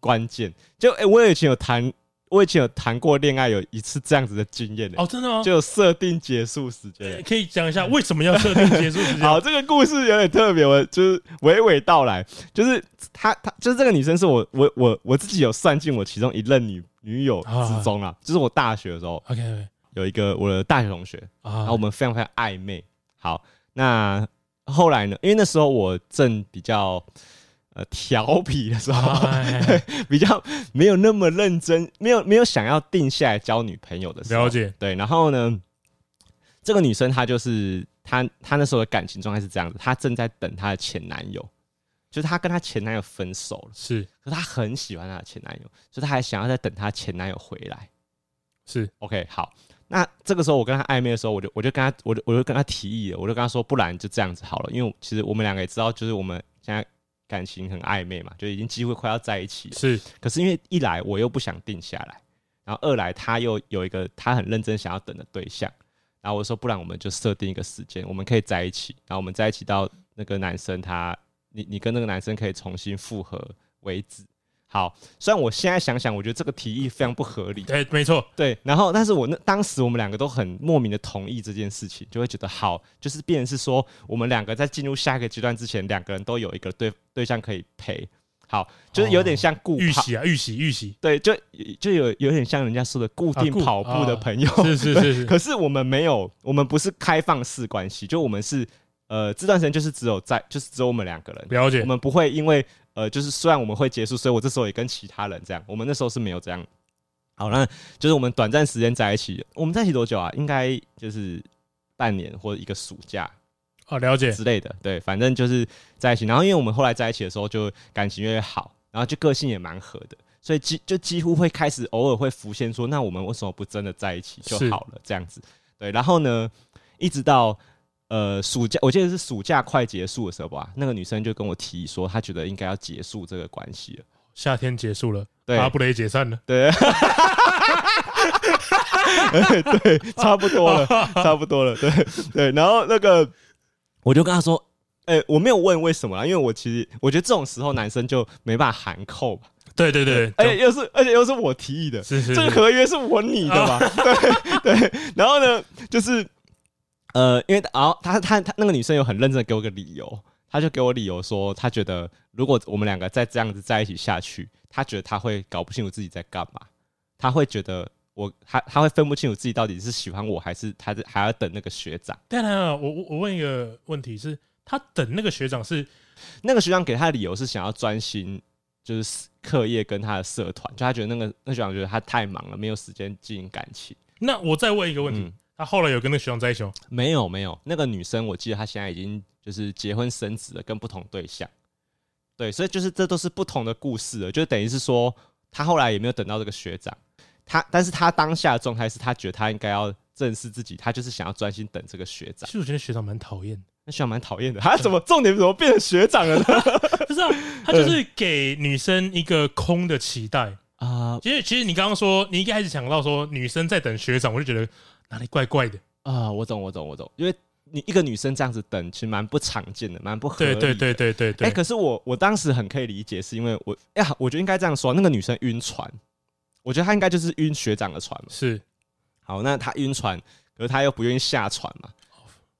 S2: 关键。就哎、我以前有谈，我以前有谈过恋爱，有一次这样子的经验的、欸
S1: 哦，真的吗？
S2: 就有设定结束时间。
S1: 呃可以讲一下为什么要设定结束时间？
S2: 好，这个故事有点特别，我就是娓娓道来，就是她，她就是这个女生是我，我，我我自己有算进我其中一任女女友之中啊，就是我大学的时候
S1: OK，, o
S2: 有一个我的大学同学，
S1: k
S2: 然
S1: 啊
S2: 后我们非常非常暧昧。好，那后来呢？因为那时候我正比较呃调皮的时候，
S1: 哎
S2: [laughs] 比较没有那么认真，没有没有想要定下来交女朋友的时候，
S1: 了解
S2: 对，然后呢，这个女生她就是她，她那时候的感情状态是这样子，她正在等她的前男友，就是她跟她前男友分手了，
S1: 是
S2: 可是她很喜欢她的前男友，所以她还想要再等她前男友回来。
S1: 是
S2: OK，好，那这个时候我跟她暧昧的时候，我就我就跟她，我就我就跟她提议了，我就跟她说，不然就这样子好了，因为我其实我们两个也知道，就是我们现在感情很暧昧嘛，就已经几乎快要在一起了。
S1: 是
S2: 可是因为一来我又不想定下来，然后二来他又有一个他很认真想要等的对象，然后我说不然我们就设定一个时间，我们可以在一起，然后我们在一起到那个男生他你你跟那个男生可以重新复合为止。好，虽然我现在想想，我觉得这个提议非常不合理，
S1: 哎、没错，
S2: 对，然后但是我那当时我们两个都很莫名的同意这件事情，就会觉得好，就是变成是说我们两个在进入下一个阶段之前，两个人都有一个对对象可以陪。好，就是有点像顾
S1: 预
S2: 跑，
S1: 习啊，预习预习，
S2: 对，就就有有点像人家说的固
S1: 啊
S2: 定
S1: 固
S2: 跑步的
S1: 啊
S2: 朋友，
S1: 是是是是，
S2: 可是我们没有，我们不是开放式关系，就我们是呃这段时间就是只有在，就是只有我们两个人，
S1: 了解
S2: 我们不会因为呃，就是虽然我们会结束，所以我这时候也跟其他人这样，我们那时候是没有这样。好，那就是我们短暂时间在一起，我们在一起多久啊？应该就是半年或者一个暑假
S1: 啊，了解
S2: 之类的，对，反正就是在一起。然后因为我们后来在一起的时候，就感情越来越好，然后就个性也蛮合的，所以几就几乎会开始偶尔会浮现说，那我们为什么不真的在一起就是好了？这样子，对。然后呢，一直到呃暑假，我记得是暑假快结束的时候吧，那个女生就跟我提议说，她觉得应该要结束这个关系了。
S1: 夏天结束了，
S2: 对
S1: 阿布雷解散了，
S2: 对，对，差不多了， [laughs] 差不多了，对对。然后那个，我就跟他说，哎、我没有问为什么啦，因为我其实我觉得这种时候男生就没办法含扣吧，
S1: 对对对，
S2: 而且又是而且又是我提议的，
S1: 是是
S2: 这个
S1: 是哦
S2: 合约是我拟的嘛，对对。然后呢，就是呃，因为然后他他他那个女生有很认真地给我个理由，她就给我理由说，她觉得如果我们两个再这样子在一起下去，她觉得她会搞不清楚自己在干嘛，她会觉得我她她会分不清楚自己到底是喜欢我还是还是还要等那个学长。
S1: 当然了，我我我问一个问题是，他等那个学长是
S2: 那个学长给他的理由是想要专心，就是课业跟他的社团，就他觉得那个那学长觉得他太忙了，没有时间经营感情。
S1: 那我再问一个问题，
S2: 嗯
S1: 他后来有跟那个学长在一起吗？
S2: 没有没有，那个女生我记得她现在已经就是结婚生子了，跟不同对象。对，所以就是这都是不同的故事了，就等于是说她后来也没有等到这个学长，她但是她当下的状态是她觉得她应该要正视自己，她就是想要专心等这个学长。 [laughs]
S1: 其实我觉得学长蛮讨厌的，
S2: 那学长蛮讨厌的，他
S1: [laughs]
S2: 怎么重点怎么变成学长了呢？
S1: 不是啊，他就是给女生一个空的期待。
S2: 啊
S1: 其实，其实你刚刚说，你一开始讲到说女生在等学长，我就觉得哪里怪怪的。
S2: 啊，我懂，我懂，我懂，因为你一个女生这样子等，其实蛮不常见的，蛮不合理
S1: 对
S2: 的。
S1: 对对对对对，
S2: 哎、可是我我当时很可以理解，是因为我哎呀，我觉得应该这样说，那个女生晕船，我觉得她应该就是晕学长的船嘛。
S1: 是
S2: 好，那她晕船，可是她又不愿意下船嘛，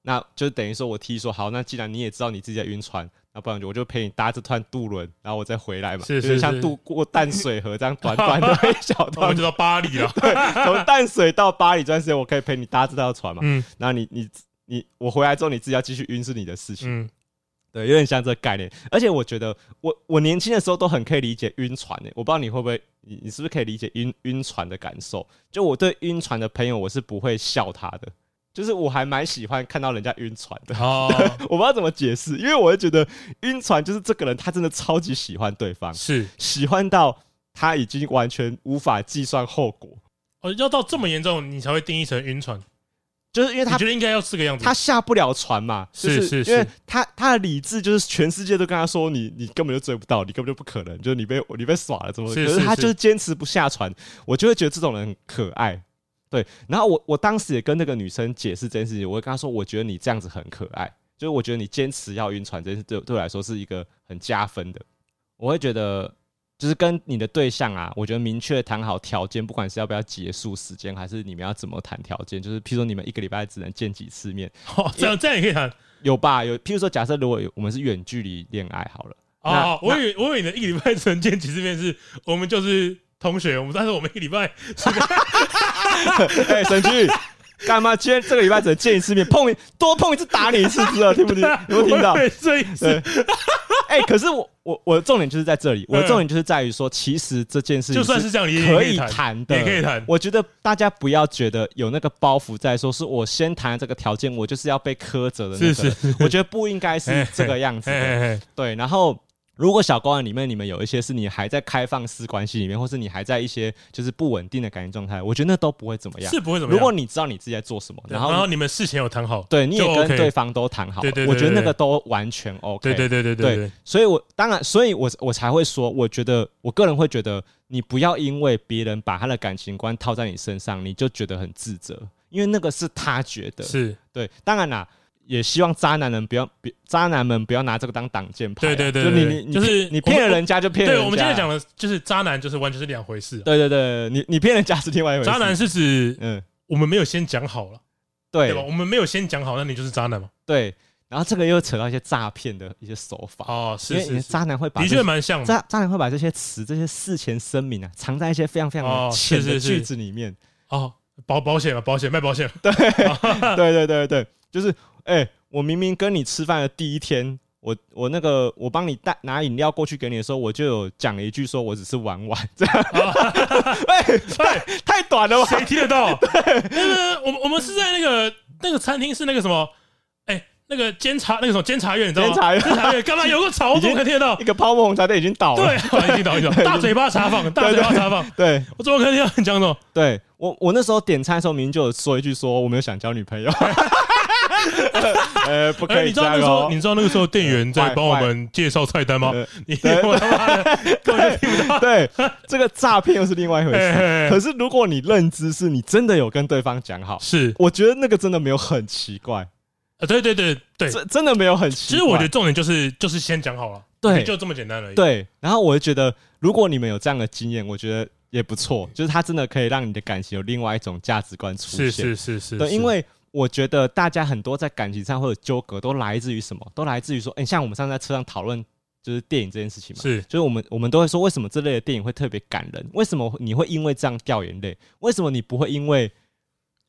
S2: 那就等于说我提议说，好，那既然你也知道你自己在晕船，那不然我就陪你搭这趟渡轮，然后我再回来嘛，
S1: 是是
S2: 有点
S1: 是
S2: 像渡过淡水河这样短短的一
S1: [laughs]
S2: 小
S1: 我
S2: 段
S1: 哦们就，到巴黎
S2: [laughs]
S1: 了。
S2: 对，从淡水到巴黎这段时间，我可以陪你搭这条船嘛。
S1: 嗯
S2: 那你你你我回来之后你自己要继续晕是你的事情，
S1: 嗯，
S2: 对，有点像这个概念。而且我觉得我我年轻的时候都很可以理解晕船诶、我不知道你会不会，你你是不是可以理解晕晕船的感受？就我对晕船的朋友，我是不会笑他的，就是我还蛮喜欢看到人家晕船的。 [laughs]
S1: 好，
S2: 我不知道怎么解释，因为我会觉得晕船就是这个人他真的超级喜欢对方，
S1: 是
S2: 喜欢到他已经完全无法计算后果，
S1: 哦，要到这么严重，你才会定义成晕船。
S2: 就是因为
S1: 你
S2: 他
S1: 觉得应该要这个样子
S2: 他？下不了船嘛，就是
S1: 是
S2: 因为
S1: 是
S2: 他他的理智就是全世界都跟他说你你根本就追不到，你根本就不可能，就是你被你被耍了怎么？
S1: 是
S2: 可
S1: 是
S2: 他
S1: 是
S2: 就是坚持不下船，我就会觉得这种人很可爱。对，然后我我当时也跟那个女生解释这件事情，我会跟她说，我觉得你这样子很可爱，就是我觉得你坚持要晕船这件事对对我来说是一个很加分的，我会觉得。就是跟你的对象啊，我觉得明确谈好条件，不管是要不要结束时间，还是你们要怎么谈条件，就是譬如说你们一个礼拜只能见几次面，
S1: 哦，这样这样也可以谈。
S2: 有吧？有，譬如说，假设如果有我们是远距离恋爱好了， [laughs] 那
S1: 哦，我以为我以为你的一个礼拜只能见几次面是，我们就是同学，我们但是我们一个礼拜
S2: 哎、神剧，干嘛？今天这个礼拜只能见一次面，碰一多碰一次打你一次，知道听不听？有没有听到
S1: [laughs] 我以？为这意思
S2: 对，哎、可是我我我的重点就是在这里，我
S1: 嗯
S2: 的重点就是在于说，其实这件事情
S1: 就算是这样，你也
S2: 可
S1: 以
S2: 以
S1: 谈。
S2: 谈的，
S1: 也可以谈
S2: 我觉得大家不要觉得有那个包袱在说，是我先谈这个条件，我就是要被苛责的那个人。
S1: 是是
S2: 我觉得不应该是这个样
S1: [laughs]
S2: 子
S1: 嘿
S2: 的。
S1: 嘿嘿
S2: 对，然后如果小公案里面你们有一些是你还在开放式关系里面，或是你还在一些就是不稳定的感情状态，我觉得那都不会怎么样。
S1: 是不会怎么样。
S2: 哎如果你知道你自己在做什么，
S1: 然
S2: 然
S1: 后
S2: 后
S1: 然后你们事前有谈好，
S2: 对你也
S1: 就
S2: 跟
S1: OK
S2: 对方都谈好了，
S1: 对对对
S2: 我觉得那
S1: 对
S2: 个都完全 OK。
S1: 对对对对对
S2: 对，所以我当然，所以我我才会说，我觉得我个人会觉得，你不要因为别人把他的感情观套在你身上，你就觉得很自责，因为那个是他觉得。
S1: 是，
S2: 对，当然啦，也希望渣男人不要，别渣男们不要拿这个当挡箭牌啊、
S1: 对对对
S2: 就
S1: 对
S2: 你你
S1: 就
S2: 你
S1: 是
S2: 骗你
S1: 我们
S2: 骗了人家就骗人
S1: 对
S2: 家。
S1: 我们现在，讲的就是渣男，就是完全是两回事啊。
S2: 对对对，你你骗人家是另外一回事。
S1: 渣男，是指
S2: 嗯，
S1: 我们没有先讲好了，
S2: 对
S1: 对吧？我们没有先讲好，那你就是渣男嘛？
S2: 对，然后这个又扯到一些诈骗的一些手法，
S1: 哦，
S2: 因
S1: 是
S2: 为你
S1: 是
S2: 的
S1: 是，
S2: 渣男会把
S1: 的
S2: 这
S1: 确
S2: 些
S1: 蛮像的。
S2: 渣渣男会把这些词、这些事前声明啊，藏在一些非常非
S1: 哦
S2: 常
S1: 是
S2: 浅的
S1: 是是
S2: 句子里面。
S1: 哦，保保险嘛，保险卖保险，
S2: [laughs] 对对对对，就是哎、我明明跟你吃饭的第一天，我我那个我帮你带拿饮料过去给你的时候，我就有讲了一句说我只是玩玩， [laughs] 这样，哎、太太短了吧？
S1: 谁听得到？那个，我们我们是在那个那个餐厅是那个什么？哎，那个监察那个什么监察院，你知道吗？
S2: 监察院
S1: 监察院干嘛有个潮
S2: 已
S1: 怎
S2: 经
S1: 么可以听得到
S2: 一？个泡沫红茶店已经倒
S1: 对
S2: 了。，
S1: 一定懂一定懂，大嘴巴查访，大嘴巴查访，
S2: 对
S1: 我怎么可以听到你讲什么？
S2: 对，我我那时候点餐的时候，明明就有说一句说我没有想交女朋友， [laughs] 呃，不可
S1: 哎，
S2: 以
S1: 你知
S2: 这
S1: 道那
S2: 样
S1: 个时
S2: 哦
S1: 候，。你知道那个时候店员在
S2: 坏
S1: 帮我们介绍菜单吗
S2: 呃？
S1: 你我他妈的根本就听不到。
S2: 对，这个诈骗又是另外一回
S1: 哎
S2: 事。
S1: 哎哎
S2: 可是如果你认知是你真的有跟对方讲好，
S1: 是，
S2: 我觉得那个真的没有很奇怪，
S1: 呃对对对对，
S2: 真真的没有很奇
S1: 其
S2: 怪。
S1: 实我觉得重点就是就是先讲好了，
S2: 对
S1: 就这么简单而已。，
S2: 对，然后我就觉得，如果你们有这样的经验，我觉得也不错，就是它真的可以让你的感情有另外一种价值观出现。
S1: 是是是是，
S2: 对，
S1: 是
S2: 因为我觉得大家很多在感情上会有纠葛，都来自于什么？都来自于说，哎、像我们上次在车上讨论就是电影这件事情嘛，
S1: 是
S2: 就是我们我们都会说，为什么这类的电影会特别感人？为什么你会因为这样掉眼泪？为什么你不会因为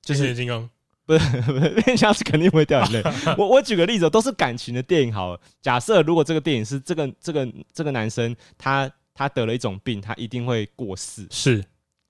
S2: 就
S1: 变
S2: 是
S1: 形金刚
S2: [laughs] 不是，不是恋家是肯定不会掉眼泪。我我举个例子哦，都是感情的电影好了。假设如果这个电影是这个这个这个男生他他得了一种病，他一定会过世。
S1: 是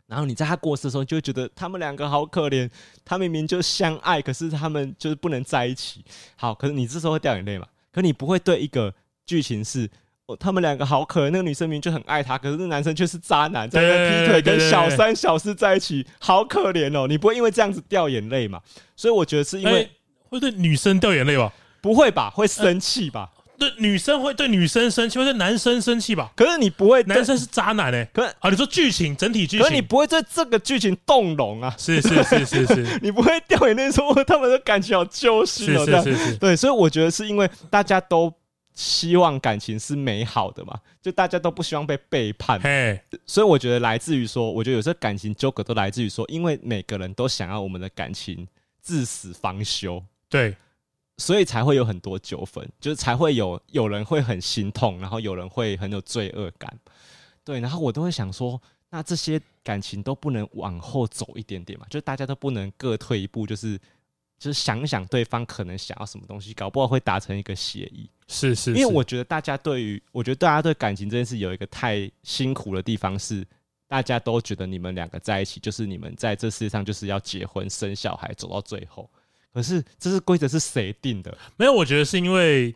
S2: 然后你在他过世的时候，就会觉得他们两个好可怜，他明明就相爱，可是他们就是不能在一起。好，可是你这时候会掉眼泪嘛？可你不会对一个剧情是。哦，他们两个好可怜，那个女生明明就很爱他，可是那男生却是渣男，在那边劈
S1: 对对
S2: 腿，
S1: 对
S2: 跟小
S1: 对
S2: 三小四在一起，好可怜哦！你不会因为这样子掉眼泪嘛？所以我觉得是因为
S1: 哎会对女生掉眼泪吧？
S2: 不会吧？会生气吧？
S1: 对女生会对女生生气，会对男生生气吧？
S2: 可是你不会对
S1: 男，生是渣男哎、
S2: 可
S1: 啊！你说剧情整体剧
S2: 可是你
S1: 情
S2: 不会对这个剧情动容啊，
S1: 是是是是
S2: [laughs]
S1: 是
S2: 你不会掉眼泪说哦他们的感情好揪心
S1: 是
S2: 哦，这样
S1: 是是是，
S2: 对，所以我觉得是因为大家都希望感情是美好的嘛，就大家都不希望被背叛，
S1: 嘿，
S2: 所以我觉得来自于说，我觉得有时候感情纠葛都来自于说，因为每个人都想要我们的感情至死方休，
S1: 对，
S2: 所以才会有很多纠纷，就是才会有有人会很心痛，然后有人会很有罪恶感，对，然后我都会想说，那这些感情都不能往后走一点点嘛，就是大家都不能各退一步，就是就是想一想对方可能想要什么东西，搞不好会达成一个协议。
S1: 是是，
S2: 因为
S1: 是
S2: 我觉得大家对于，我觉得大家对感情这件事有一个太辛苦的地方是，大家都觉得你们两个在一起，就是你们在这世界上就是要结婚生小孩，走到最后。可是这是规则是谁定的？
S1: 没有，我觉得是因为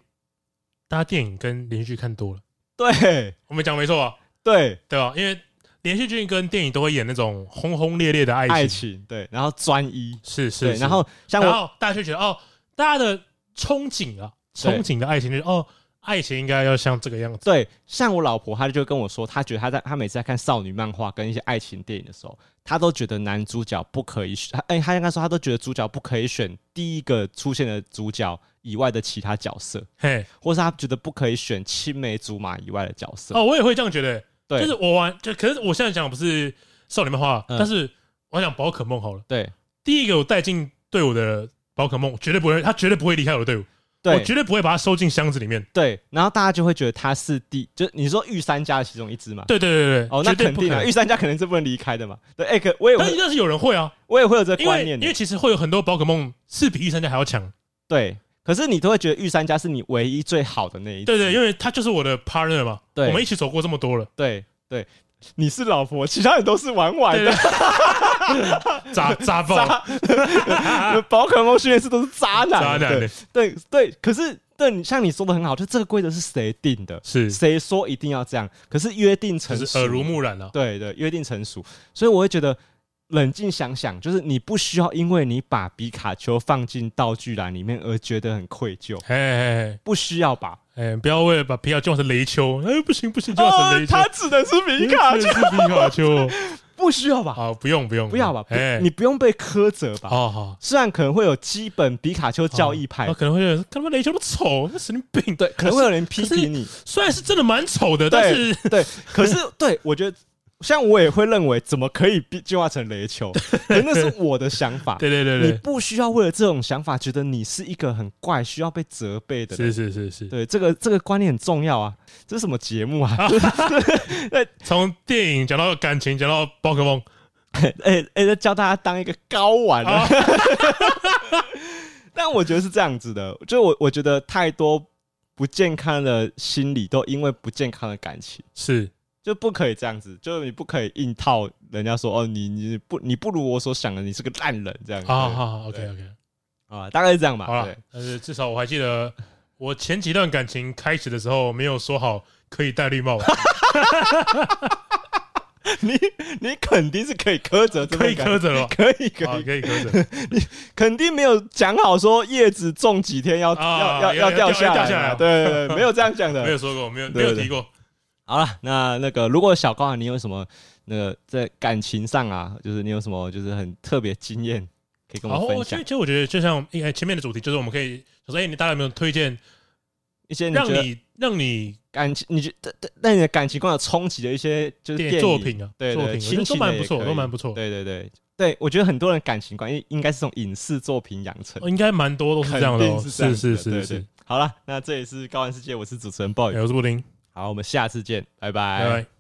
S1: 大家电影跟连续剧看多了，
S2: 对
S1: 我们讲没错吧？
S2: 对，
S1: 对吧？因为连续剧跟电影都会演那种轰轰烈烈的爱情，
S2: 爱情对，然后专一
S1: 是是
S2: 对，
S1: 是
S2: 然后像
S1: 然
S2: 我
S1: 后大家就觉得哦，大家的憧憬啊，
S2: 对
S1: 憧憬的爱情就是哦，爱情应该要像这个样子，
S2: 对，像我老婆，她就跟我说，她觉得她在她每次在看少女漫画跟一些爱情电影的时候，她都觉得男主角不可以选，她哎、她应该说她都觉得主角不可以选第一个出现的主角以外的其他角色，
S1: 嘿，
S2: 或是她觉得不可以选青梅竹马以外的角色。
S1: 哦，我也会这样觉得，
S2: 对，
S1: 就是我玩，就可是我现在讲的不是少女漫画，
S2: 嗯
S1: 但是我想宝可梦好了，
S2: 对
S1: 第一个我带进队伍的宝可梦，绝对不会，他绝对不会离开我的队伍，我
S2: 对哦
S1: 绝对不会把它收进箱子里面，
S2: 对，然后大家就会觉得她是第，就是你说御三家的其中一只嘛。
S1: 对对对对，
S2: 哦，那
S1: 绝对
S2: 肯
S1: 不
S2: 定
S1: 可
S2: 啊，
S1: 能
S2: 御三家肯定是不能离开的嘛。对，哎、可我也
S1: 但是
S2: 会，
S1: 但是有人会啊，
S2: 我也会有这个
S1: 因为
S2: 观念
S1: 因
S2: 的
S1: 为。其实会有很多宝可梦是比御三家还要强，
S2: 对，可是你都会觉得御三家是你唯一最好的那一只。
S1: 对对，因为他就是我的 partner 嘛，
S2: 对
S1: 我们一起走过这么多了，
S2: 对对，你是老婆，其他人都是玩玩
S1: 对
S2: 的
S1: 对。对 [laughs] 渣渣爆了，
S2: 宝可梦训练师都是渣男，
S1: 啊渣男欸
S2: 对
S1: 的
S2: 对对。可是对你像你说的很好，就这个规则是谁定的？
S1: 是
S2: 谁说一定要这样？可是约定成
S1: 就是
S2: 熟，
S1: 耳濡目染啊了、
S2: 对对，约定成熟。所以我会觉得。冷静想想，就是你不需要因为你把皮卡丘放进道具栏里面而觉得很愧疚，
S1: 嘿嘿嘿，
S2: 不需要吧？
S1: 哎，不要为了把皮卡丘换成雷丘，哎，不行不行，就换成
S2: 哦
S1: 雷，丘。
S2: 他指的是皮卡丘
S1: 真，的是皮卡丘，
S2: 不需要吧？
S1: 好，不用不用
S2: [laughs] 不要吧？不
S1: 哎，
S2: 你不用被苛责吧？
S1: 好好
S2: 虽然可能会有基本比卡丘教义派
S1: 哦，可能会有人他妈雷丘都丑，那神经病。
S2: 对，可能会有人批评你，
S1: 虽然是真的蛮丑的，但
S2: 对
S1: 是
S2: 对，
S1: [laughs]
S2: 可是对我觉得，像我也会认为，怎么可以比进化成雷球？可那是我的想法，
S1: [laughs] 对对对
S2: 你
S1: 对
S2: 不需要为了这种想法觉得你是一个很怪、需要被责备的
S1: 对，
S2: 人。
S1: 是是是是，
S2: 对，这个这个观念很重要啊！这是什么节目啊？
S1: 从电影讲到感情，讲到宝可梦，
S2: 哎 [laughs] 哎、在教大家当一个高玩
S1: 哦
S2: 啊！ [laughs] 但我觉得是这样子的，就我我觉得太多不健康的心理都因为不健康的感情。
S1: 是
S2: 就不可以这样子，就是你不可以硬套人家说哦，你你不你不如我所想的，你是个烂人这样子
S1: 啊好好好，OK
S2: 嗯对
S1: OK，
S2: 啊，大概是这样吧。
S1: 哦好了
S2: 对， [laughs]
S1: 但是至少我还记得我前几段感情开始的时候没有说好可以戴绿
S2: [laughs]
S1: 帽，
S2: 你你肯定是可以苛责
S1: [laughs]
S2: 这
S1: 可以
S2: 份
S1: 苛
S2: 感情，
S1: 责了吧。
S2: 可以 [laughs] 可
S1: 啊，
S2: 以，
S1: 可以
S2: [laughs]
S1: 苛责
S2: 肯定没有讲好说叶子种几天要
S1: 啊要
S2: 要
S1: 要
S2: 要掉下
S1: 掉下来
S2: 来
S1: 啊
S2: 嘛，对对对，没有这样讲
S1: [laughs] 没有
S2: 的。
S1: 说过，没有没
S2: 对
S1: 有
S2: 对
S1: 提过，
S2: 好了，那那个如果小高啊，你有什么那个在感情上啊，就是你有什么就是很特别经验可以跟我
S1: 好，
S2: 们
S1: 我
S2: 分
S1: 其
S2: 享
S1: 实其？实我觉得，就像哎前面的主题，就是我们可以就说，哎，你大家有没有推荐
S2: 一些你
S1: 让
S2: 觉得
S1: 你让你
S2: 感情，你觉得对对你的感情观有冲击的一些就是电
S1: 电
S2: 影
S1: 作品啊，
S2: 对
S1: 作
S2: 对，
S1: 品我觉得
S2: 亲
S1: 都
S2: 情
S1: 蛮
S2: 的
S1: 不
S2: 也
S1: 错，
S2: 可
S1: 都
S2: 以
S1: 蛮不错，
S2: 对对对对，我觉得很多人感情观应应该是从影视作品养成
S1: 哦，应该蛮多都是
S2: 肯
S1: 这样的
S2: 定
S1: 哦，
S2: 这样
S1: 是是
S2: 子的
S1: 是
S2: 对
S1: 是
S2: 对。。好了，那这里是高玩世界，我是主持人 boy，
S1: 哎我是布丁，
S2: 好，我们下次见，拜
S1: 拜拜。